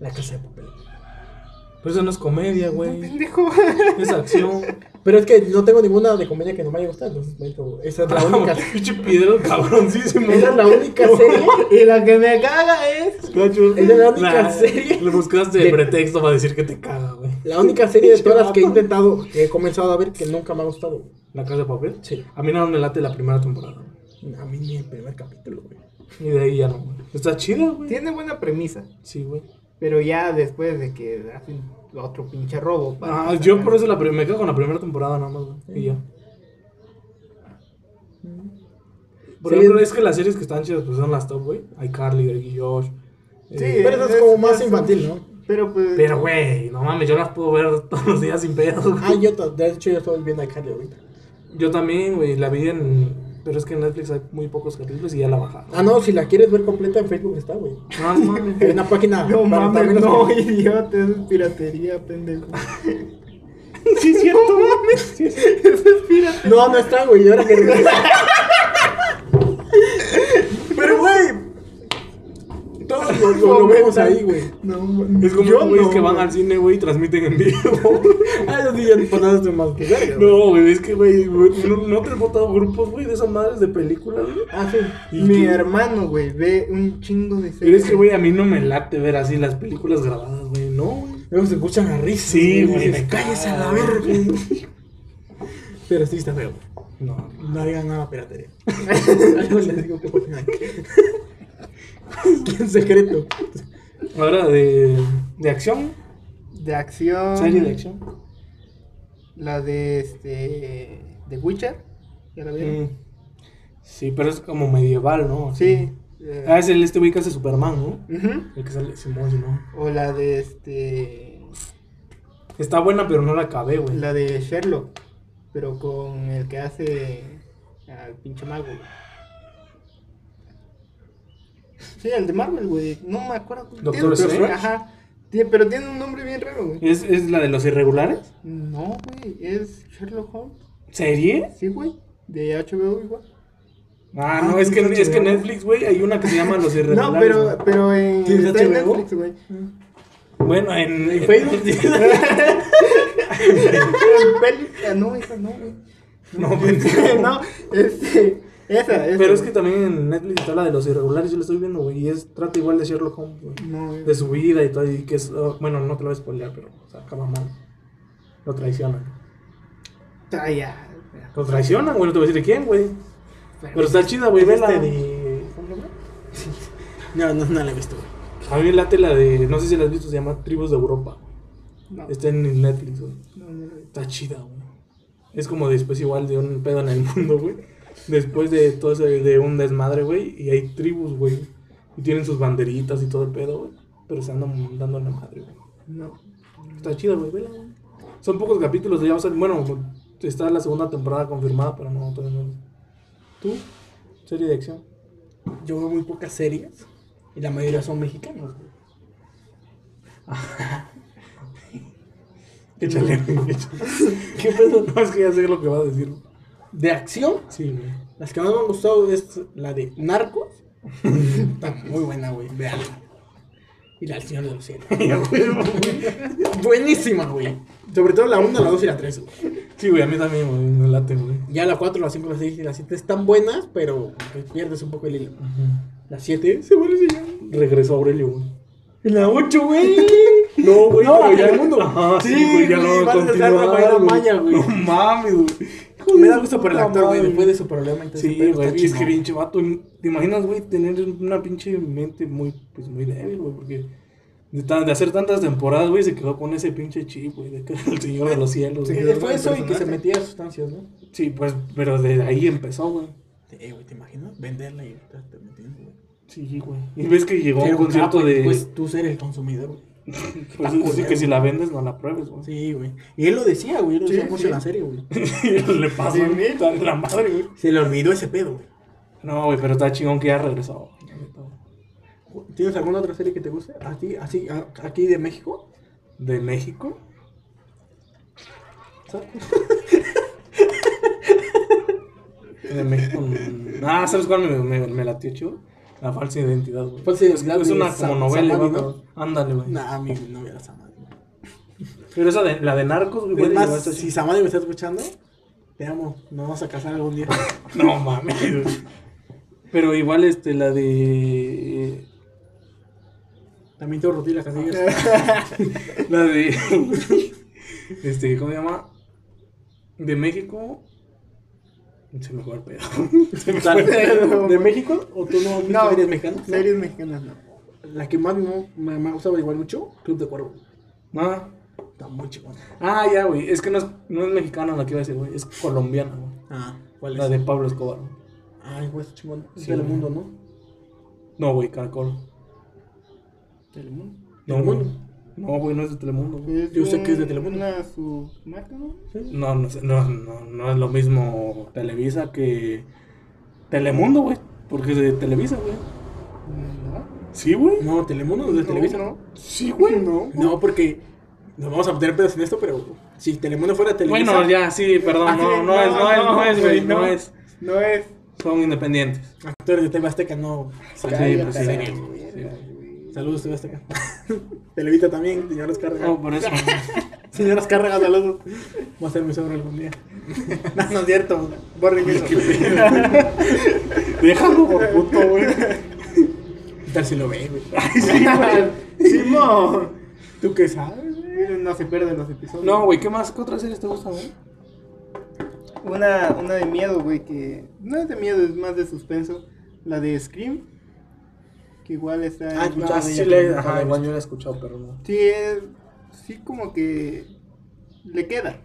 A: La casa de papel.
C: Pero pues eso no es comedia, güey.
B: Pendejo.
C: Es acción.
A: Pero es que no tengo ninguna de comedia que no me haya gustado. Entonces, me dijo, esa es
C: Ah,
A: la única.
C: Pinche piedra cabroncísimo.
A: esa es la única serie.
B: y lo que me caga es.
C: Cacho.
A: Es la única serie.
C: Le buscaste
A: De-
C: pretexto para decir que te caga, güey.
A: La única serie de todas las que he intentado, que he comenzado a ver, que nunca me ha gustado. güey.
C: La casa de papel.
A: Sí.
C: A mí no me late la primera temporada. güey.
A: A mí ni el primer capítulo, güey.
C: Y de ahí ya no, güey. Está chida, güey.
B: Tiene buena premisa.
C: Sí, güey.
B: Pero ya después de que hacen otro pinche robo. para
C: Ah, yo
B: sacar-
C: por eso la prim- me quedo con la primera temporada nada más, güey. Y ya. Por
A: Sí,
C: ejemplo,
A: es-
C: es que las series que están chidas pues son las top, güey. Hay Carly, Drake y Josh.
B: Sí,
C: Eh,
A: Pero eso es como más infantil, ¿no?
B: Pero pues.
C: pero, güey, no mames, yo las puedo ver todos los días sin pedos, güey.
A: Ah, yo, to- de hecho, yo estoy viendo a Carly ahorita.
C: Yo también, güey, la vi en, Pero es que en Netflix hay muy pocos capítulos y ya la bajaron.
A: Ah, no, si la quieres ver completa en Facebook está, güey.
C: No, no mames.
A: En una página.
B: No
A: para
B: mames,
A: también los
B: no,
A: que-
B: idiota, eso es piratería, pendejo.
A: Sí, es cierto, mames. No, no está, güey. Ahora que regresa. Pero, güey. Todos lo, lo- lo vemos ahí, güey.
B: No, mames.
C: Es como
B: Yo
C: los güeyes
B: no,
C: que van
B: güey.
C: al cine, güey, y transmiten en vivo.
A: Ah, yo sí, ya pasaste más que verga, güey.
C: No, güey, es que, güey, güey, no, no te he votado grupos, güey, de esas madres de películas, güey.
A: Ah, sí.
C: Y
B: Mi
C: que-
B: hermano, güey, ve un chingo de
C: Pero es
B: series.
C: que, güey, a mí no me late ver así las películas grabadas, güey. No, güey.
A: Luego se escuchan a risas.
C: Sí, güey,
A: dices,
C: me
A: Cállese a
C: caga,
A: la
C: güey".
A: verga. Pero sí está feo, güey.
C: No.
A: No digan nada piratería. Algo les digo que ponen aquí. ¿Quién secreto?
C: Ahora de, de acción,
B: De acción.
C: serie de acción.
B: La de este. De Witcher. ¿Ya la vieron?
C: Mm. Sí, pero es como medieval, ¿no?
B: Sí.
C: Ah,
B: eh,
C: es el este güey que hace Superman, ¿no?
B: ujú.
C: El que sale Simón, Simón.
B: O la de este.
C: Está buena, pero no la acabé, güey.
B: La de Sherlock. Pero con el que hace. Al pinche mago, güey. Sí, el de Marvel, güey. No me acuerdo.
C: Doctor
B: Tiene-
C: Strange.
B: Ajá. Tiene- Pero tiene un nombre bien raro, güey.
C: ¿Es, ¿Es la de los irregulares?
B: No, güey. Es Sherlock Holmes.
C: ¿Serie?
B: Sí, güey. De HBO igual.
C: Ah, no, es que, es que Netflix, güey, hay una que se llama Los Irregulares.
B: No, pero,
C: güey.
B: pero en,
A: ¿Tienes
B: está en
A: HBO?
B: Netflix, güey.
C: Bueno, en,
A: En Facebook.
B: En peli- ah, no, esa no, güey.
C: No, pendejo.
B: no, este, esa, esa.
C: Pero es que
B: güey.
C: también en Netflix está la de los irregulares, yo la estoy viendo, güey. Y es, trata igual de Sherlock Holmes, güey.
B: No, es-
C: De su vida y todo. Y que es. oh, bueno, no te lo voy a spoilear, pero o sea, acaba mal. Lo traicionan.
B: Ah, ya.
C: Lo traicionan, güey. No te voy a decir de quién, güey. Pero está chida, güey.
A: es
C: Vela
A: este
C: de. ¿Cómo se
A: No,
C: llama?
A: no, no la he visto, güey.
C: A mí me late la de. No sé si la has visto, se llama Tribus de Europa.
B: No,
C: Está en Netflix, güey.
B: no, no lo vi.
C: Está chida, güey. Es como después igual de un pedo en el mundo, güey. Después de todo ese, de un desmadre, güey. Y hay tribus, güey. Y tienen sus banderitas y todo el pedo, güey. Pero se andan dando en la madre, güey.
B: No.
C: Está chida, güey. Vela, güey. Son pocos capítulos, ya va a salir- Bueno, está la segunda temporada confirmada, pero no, todavía no. ¿Tú? Serie de acción.
A: Yo veo muy pocas series y la mayoría son mexicanos. güey.
C: Échale, güey, échale. ¿Qué pedo? No, es que ya sé lo que vas a decir. güey.
A: De acción,
C: Sí, güey.
A: las que más me han gustado es la de Narcos. Está muy buena, güey. Veanla. Y la del Señor de los Cielos. Buenísima, güey. Sobre todo la 1, la 2 y la 3, güey.
C: Sí, güey, a mí también, güey. Me late, güey.
A: Ya la 4, la 5, la 6 y la 7 están buenas, pero pues, pierdes un poco el hilo. La 7 se vuelve señor.
C: Regresó Aurelio, güey.
A: Y la 8, güey.
C: No, güey,
A: No,
C: pero
A: la
C: ya
A: del mundo.
C: Ajá, sí,
A: Sí,
C: güey, ya
A: güey,
C: no va
A: vas
C: a
A: a ser
C: continuar,
A: Rafael
C: güey.
A: Amaya, güey.
C: No mames, güey.
A: Me da gusto por el actor, güey.
C: Madre.
A: Después de su problema, entonces,
C: Sí,
A: pero está
C: güey, es que
A: chingón.
C: pinche vato. ¿Te imaginas, güey, tener una pinche mente muy, pues, muy débil, güey? Porque de, tan- de hacer tantas temporadas, güey, se quedó con ese pinche chip, güey, de que era el señor de los cielos.
A: Sí,
C: güey.
A: fue eso y que
B: personaje.
A: se metía a sustancias, ¿no?
C: Sí, pues, pero de ahí empezó, güey.
A: Eh, güey, ¿te imaginas? Venderla y te metiendo, güey.
C: Sí, güey. Y ves que llegó a un
A: Pero,
C: concierto
A: ah,
C: de.
A: güey,
C: Pues,
A: Pues tú ser el consumidor, güey.
C: es que si la vendes, no la pruebes, güey.
A: Sí, güey. Y él lo decía, güey. Él lo
B: Sí,
A: decía mucho
B: sí.
A: en la serie, güey.
C: Le pasó
B: Sí,
C: la la madre, güey.
A: Se le olvidó ese pedo, güey.
C: No, güey, pero está chingón que ya regresó. la neta, güey.
A: ¿Tienes alguna otra serie que te guste? ¿Aquí, así, a- aquí de México?
C: ¿De México? De México. mm, Ah, ¿sabes cuál me, me, me latió chido? La falsa identidad, güey.
A: Falsa identidad
C: Es
A: de
C: una
A: Sa-
C: como novela,
A: Samadhi,
C: güey.
A: ¿no?
C: Ándale, güey.
A: Nah, mi novia la Samadhi. güey.
C: Pero esa de, la de narcos, güey.
A: Es
C: igual
A: más,
C: de-
A: si Samadhi me está escuchando, te amo. Nos vamos a casar algún día.
C: No mames. güey. Pero igual, este, la de.
A: También tengo Rutila Casillas.
C: La de. Este, ¿cómo se llama? De México. Se me fue el pedo. Se me fue el pedo.
A: Dale. ¿De México? ¿O tú no has visto
B: No,
A: series mexicanas?
B: Series mexicanas, no.
A: La que más no- me, me ha gustado igual mucho, Club de Cuervo.
C: Ah.
A: Está muy chingona.
C: Ah, ya, güey. Es que no es, no es mexicana la que iba a decir, güey. Es colombiana, güey.
A: Ah, ¿cuál
C: La de Pablo Escobar. güey.
A: Ay, güey, está chingón. Es
C: Sí.
A: Telemundo, ¿no?
C: No, güey, Caracol.
B: Telemundo.
C: No,
A: ¿Telemundo?
C: güey. No, güey, no es de Telemundo. güey.
A: Yo sé que es de Telemundo.
B: Una submarca, ¿no?
C: No, no, sé, no, no, no es lo mismo Televisa que Telemundo, güey. Porque es de Televisa, güey. Sí, güey.
A: No, Telemundo no es de Televisa. No,
C: Sí, güey.
B: No.
A: porque nos vamos a meter pedos en esto, pero si Telemundo fuera Televisa.
C: Bueno, ya, sí, perdón.
B: Así
C: No,
B: de-
C: no es, no es, no es, güey. No
B: Ah, no.
C: es.
B: No es.
C: Son independientes.
A: Actores de TV Azteca no.
C: Sí,
A: salen
C: pues
A: en series.
C: sí.
A: Saludos, TV Azteca. Televisa también, señoras Cárdenas.
C: No, por eso.
A: Señoras Cárdenas, saludos. Voy a ser mi sobro algún día.
B: No, no es cierto. Borren eso.
C: Déjalo por puto, güey.
A: ¿Qué tal si lo ve, güey?
B: Sí, güey. Simón.
A: ¿Tú qué sabes?
B: No se pierden los episodios.
C: No, güey, ¿qué más? ¿Qué otras series te gustan, güey?
B: Una, una de miedo, güey, que no es de miedo, es más de suspenso. La de Scream, que igual está...
A: Ah,
B: en-
A: ya
D: sí,
A: sí
D: le-
A: le-
D: ajá,
A: ajá.
D: igual yo la he escuchado, pero no.
B: Sí, es- sí como que le queda.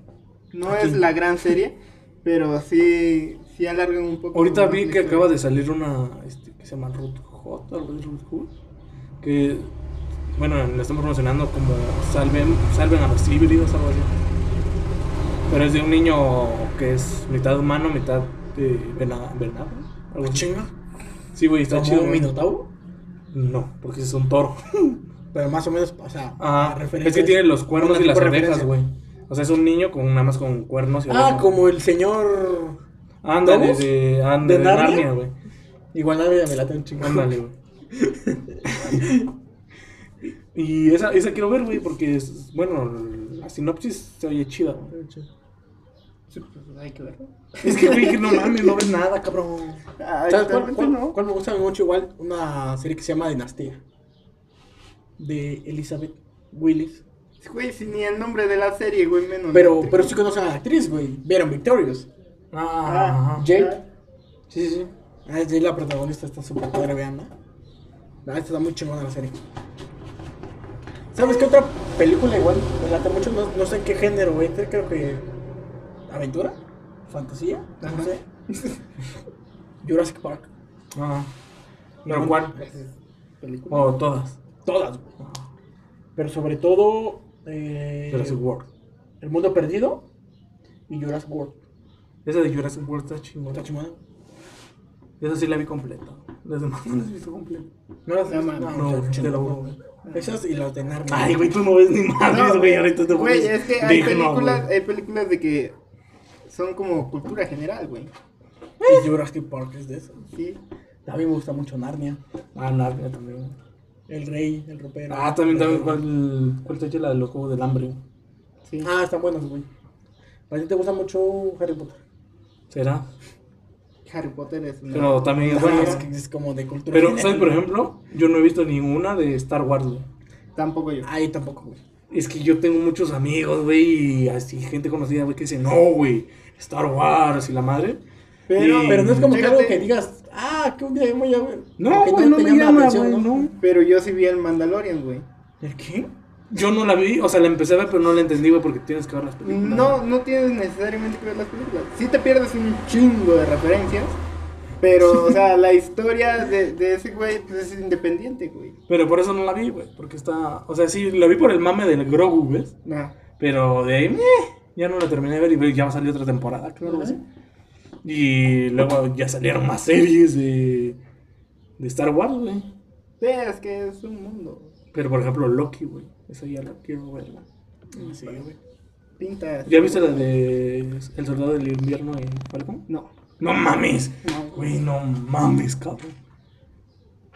B: No es la gran serie, pero sí, sí alargan un poco.
C: Ahorita
B: más
C: vi
B: la
C: que
B: historia.
C: acaba de salir una este, que se llama Root Hot, algo así, Ruth Hood, Que, bueno, la están promocionando como salven, salven a los híbridos, algo así. Pero es de un niño que es mitad humano, mitad eh, vena- venado. algo así.
A: Chinga.
C: Sí, güey, está
A: ¿Como
C: chido.
A: un
C: güey.
A: minotauro?
C: No, porque es un toro.
A: Pero más o menos, o sea, la
C: Ajá,
A: referencia
C: Ah, es que tiene los cuernos
A: una
C: y las
A: tipo de
C: orejas,
A: referencia.
C: güey. O sea, es un niño con nada más con cuernos y
A: Ah,
C: orejas.
A: como el señor.
C: Ándale,
A: ¿Lobos?
C: de, ándale,
A: ¿De
C: de
A: Narnia?
C: Narnia, güey.
A: Igual nadie me late un chingo.
C: Ándale, güey. Y esa, esa quiero ver, güey, porque, es, bueno, la sinopsis se oye chida, güey.
B: Sí, pues, hay que verlo.
C: Es que, güey, que no mames, no ves nada, cabrón.
B: Ah,
A: ¿Sabes cuál,
B: actualmente
A: cuál-
B: no.
A: cuál me gusta mucho igual? Una serie que se llama Dinastía. De Elizabeth Willis.
B: Sí, Güey, si ni el nombre de la serie, güey, menos.
A: Pero, pero sí conocen a la actriz, güey. Vieron Victorious.
C: Ah,
A: Jade. Sí, sí, sí. Ah, es Jade la protagonista, está súper padre, vean, ¿no? La verdad está muy chingona la serie. ¿Sabes qué otra película igual? Me late mucho, no, no sé en qué género, güey. Creo que. ¿Aventura? ¿Fantasía? No sé. Jurassic Park.
C: Ah. ¿Pero cuál?
B: película.
C: O todas.
A: Todas, güey. Pero sobre todo. eh,
C: Jurassic World.
A: El mundo perdido y Jurassic World.
C: Esa de Jurassic World está
A: ¿Está
C: chingona.
A: chingona?
C: Esa sí la vi completa. Las demás no las he visto completa.
A: No las
B: No,
A: no,
C: no,
A: está
C: te lo
A: chingona,
C: juro.
A: güey. Esas y las de Narnia.
C: Ay, güey, tú no ves ni madres,
B: No,
C: güey, ahorita te
B: Güey,
C: pones
B: es que hay
C: digno,
B: películas,
C: güey.
B: hay películas de que son como cultura general, güey.
A: Y Jurassic Park es de esas.
B: Sí.
A: A mí me gusta mucho Narnia.
C: Ah, Narnia también.
A: El rey, el ropero.
C: Ah, también, también, ¿cuál, cuál te eché la de los Juegos del Hambre?
B: Sí.
A: Ah, están buenas, güey. ¿Para ti te gusta mucho Harry Potter?
C: ¿Será?
B: Harry Potter es una.
C: Pero también es bueno.
A: es, que es como de cultura.
C: Pero,
A: general.
C: ¿sabes? Por ejemplo, yo no he visto ninguna de Star Wars, güey.
B: Tampoco yo.
A: Ahí Ah, tampoco, güey.
C: Es que yo tengo muchos amigos, güey, y así, gente conocida, güey, que dice, no, güey, Star Wars y la madre.
A: Pero,
C: Y-
A: pero no es como que
B: Fíjate.
A: algo que digas, ah, que un día voy a ver.
C: No,
A: Que
C: güey, no
A: te
C: me
A: llama la
C: llama,
A: atención,
C: güey,
A: ¿no?
C: no.
B: Pero yo sí vi el Mandalorian, güey.
A: ¿El qué?
C: Yo no la vi, o sea, la empecé a ver, pero no la entendí, güey, porque tienes que ver las
A: Mm.
C: películas.
B: No, no tienes necesariamente que ver las películas. Sí te pierdes un chingo de referencias, pero, o sea, la historia de, de ese güey pues, es independiente, güey.
C: Pero por eso no la vi, güey, porque está... O sea, sí, la vi por el mame del Grogu, ¿ves?
B: Nah.
C: Pero de ahí, meh, ya no la terminé de ver y ve- ya va a salir otra temporada, claro que sí. Y luego ya salieron más series de, de Star Wars, güey.
B: Sí, es que es un mundo.
C: Pero por ejemplo, Loki, güey. Esa ya la quiero verla.
A: Sí, güey.
B: Pinta.
C: ¿Ya viste la de El Soldado del Invierno y Falcon?
B: No.
C: No mames.
B: No.
C: Güey, no mames, cabrón.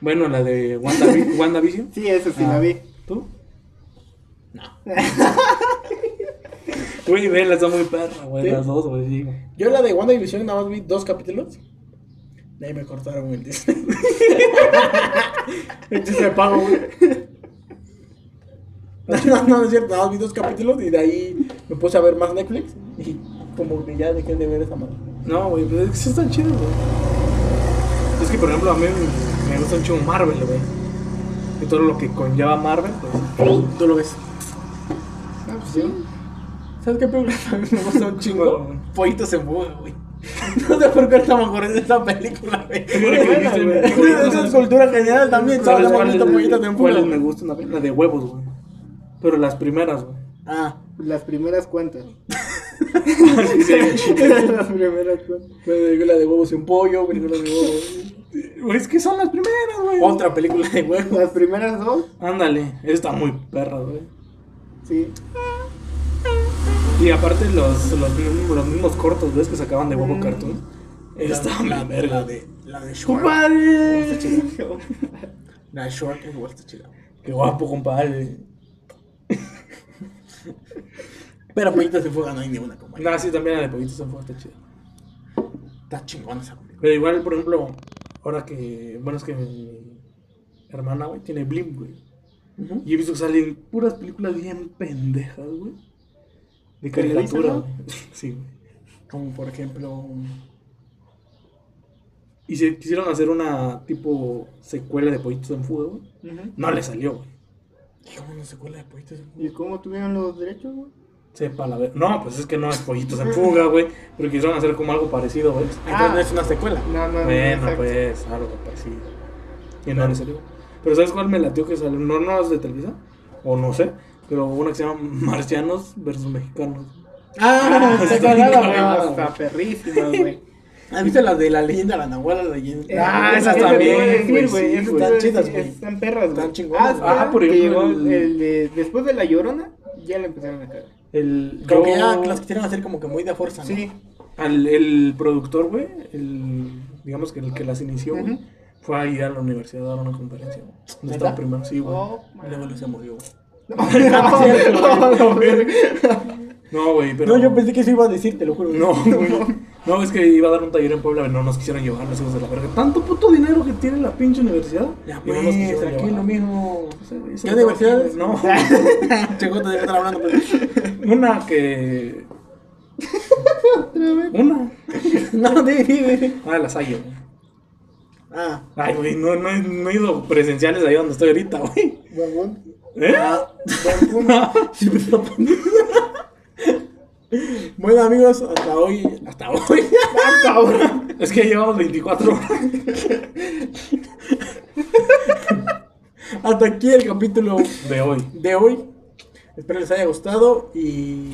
C: Bueno, la de Wandavi- WandaVision.
B: Sí, eso sí
C: Ah.
B: la vi.
C: ¿Tú? No. Güey, vela, está muy perra, güey.
A: ¿Sí?
C: Las dos, güey. sí, güey.
A: Yo la de WandaVision nada más vi dos capítulos. De ahí me cortaron el Disney. el Disney pago, güey. No, no, no es cierto. Nada más vi dos capítulos y de ahí me puse a ver más Netflix. Y como que ya dejé de ver esa madre.
C: No, güey, pero es que sí están chidos, güey. Es que, por ejemplo, a mí me gusta mucho Marvel, güey. Y todo lo que conlleva Marvel, pues.
A: Tú lo ves.
B: No, pues sí.
A: ¿Sabes qué película también me gusta un
C: Bueno,
A: chingo?
C: güey.
A: Pollitos en boga, güey. No sé por qué ahorita me acordé de esa película, güey.
C: Bueno, que dijiste, güey.
A: Güey, Eso es cultura general también. Todos
C: ¿Sabes
A: hemos
C: cuáles
A: visto pollitos en
C: cuáles
A: boga.
C: me
A: güey.
C: gustan? La- La de huevos, güey. Pero las primeras, güey.
A: Ah.
B: Las primeras cuantas.
A: Era la primera actual. Película de huevos y pues un pollo, película de huevos.
E: Güey, Es que son las primeras, güey.
A: Otra película de huevos.
B: Las primeras dos,
C: Ándale, está muy perra, güey.
B: sí.
C: Y aparte los, los, mismos- los mismos cortos, ¿ves? Que sacaban de Bobo Cartoon. Está la verga.
A: La de, la de Shrek.
C: ¡Compadre!
A: La de Shrek igual está chida.
C: ¡Qué guapo, compadre!
A: Pero Pollito se fue, no hay ninguna como ella.
C: Nada, sí, también la de Pollitos en Fuego está chida.
A: Está chingona esa película.
C: Pero igual, por ejemplo, ahora que. Bueno, es que mi hermana, güey, tiene Blim, güey. Y he visto que salen puras películas bien pendejas, güey. De caricatura,
B: ¿no?
C: güey. Sí, güey.
A: Como por ejemplo.
C: Y si quisieron hacer una tipo secuela de Pollitos en Fuego, güey.
B: Ujú.
C: No le salió, güey.
A: ¿Cómo no se cuela de Pollito se fue?
B: ¿Y cómo tuvieron los derechos, güey?
C: Sepa la ver. No, pues es que no es pollitos en fuga, güey. Pero quisieron hacer como algo parecido, güey.
A: Entonces no es una secuela.
B: No, no, no.
C: Bueno,
B: exacto.
C: pues, algo parecido. Y no le salió. Pero ¿sabes cuál me latió que salió? No, no es de Televisa. O no sé. Pero una que se llama Marcianos versus Mexicanos.
A: Ah,
B: Ah,
A: está
B: está
A: cagada,
B: bien,
A: güey.
B: Está perrísima, güey.
A: ¿Has visto la de la leyenda de la Nahuala? La leyenda?
C: Ah, esas
B: eso te iba a
C: también,
B: decir,
C: güey, sí,
B: eso te
A: güey.
B: iba a
A: Están chidas,
B: decir,
A: güey.
B: Están perras, güey.
A: Están chingonas.
B: Ah, espera,
C: Ah, por
B: que
C: ejemplo,
B: llegó
C: el-
B: el de- después de La Llorona, ya le empezaron a cagar.
C: El,
A: Como que
C: yo-
A: ya las quisieron hacer como que muy de fuerza, ¿no?
B: Sí.
C: al- el productor, güey. El, digamos que el que las inició, güey.
B: Ujú.
C: Fue a ir a la universidad a dar una conferencia, güey. Donde
A: ¿Neta?
C: estaba primero, sí, güey.
B: Oh,
A: Y Luego se murió, güey.
B: No, no,
C: No, güey, pero.
A: No, yo pensé que eso iba a decir, te lo juro.
C: No, güey. No, es que iba a dar un taller en Puebla, pero no nos quisieron llevar los hijos de la verga. Tanto puto dinero que tiene la pinche universidad.
A: Ya,
C: y no nos
A: pues,
C: quisieron
A: aquí
C: llevar.
A: lo mismo.
C: Sí, güey,
A: ¿Qué
C: sí,
A: universidades?
C: No.
A: Chico, te debe estar hablando, pues.
C: Una que. Una.
A: No, di, di, di.
C: Ah, la Sayo. güey.
A: Ah,
C: Ay, güey, no, no, he- no he ido presenciales ahí donde estoy ahorita, güey.
B: Barbón.
C: ¿Eh?
A: Ah, bueno, amigos, hasta hoy. Hasta hoy.
C: Es que llevamos 24 horas.
A: Hasta aquí el capítulo
C: De hoy.
A: de hoy. Espero les haya gustado y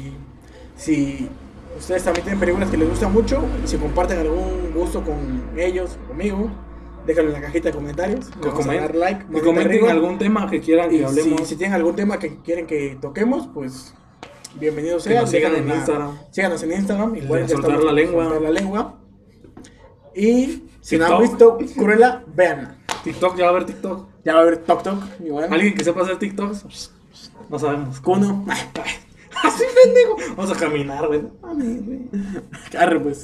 A: si ustedes también tienen películas que les gustan mucho, si comparten algún gusto con ellos, conmigo, déjalo en la cajita de comentarios.
C: Que
A: Le vamos a
C: comen-
A: dar like,
C: que
A: manita
C: comenten
A: arriba.
C: algún tema que quieran que
A: Y si,
C: hablemos.
A: si tienen algún tema que quieren que toquemos, pues bienvenidos
C: Que
A: sean.
C: nos sigan en
A: Déjanos la-
C: Instagram.
A: Síganos en Instagram. Igual
C: de
A: ya
C: soltar
A: estamos
C: la
A: en
C: lengua.
A: soltar la lengua. Y si no han visto
C: TikTok.
A: Cruella, vean.
C: TikTok, ya va a haber TikTok.
A: Ya va a haber Tok Tok. Igual.
C: ¿Alguien que sepa hacer TikToks? No sabemos.
A: Kuno.
C: Así pendejo. Vamos a caminar, güey.
A: Arre, pues.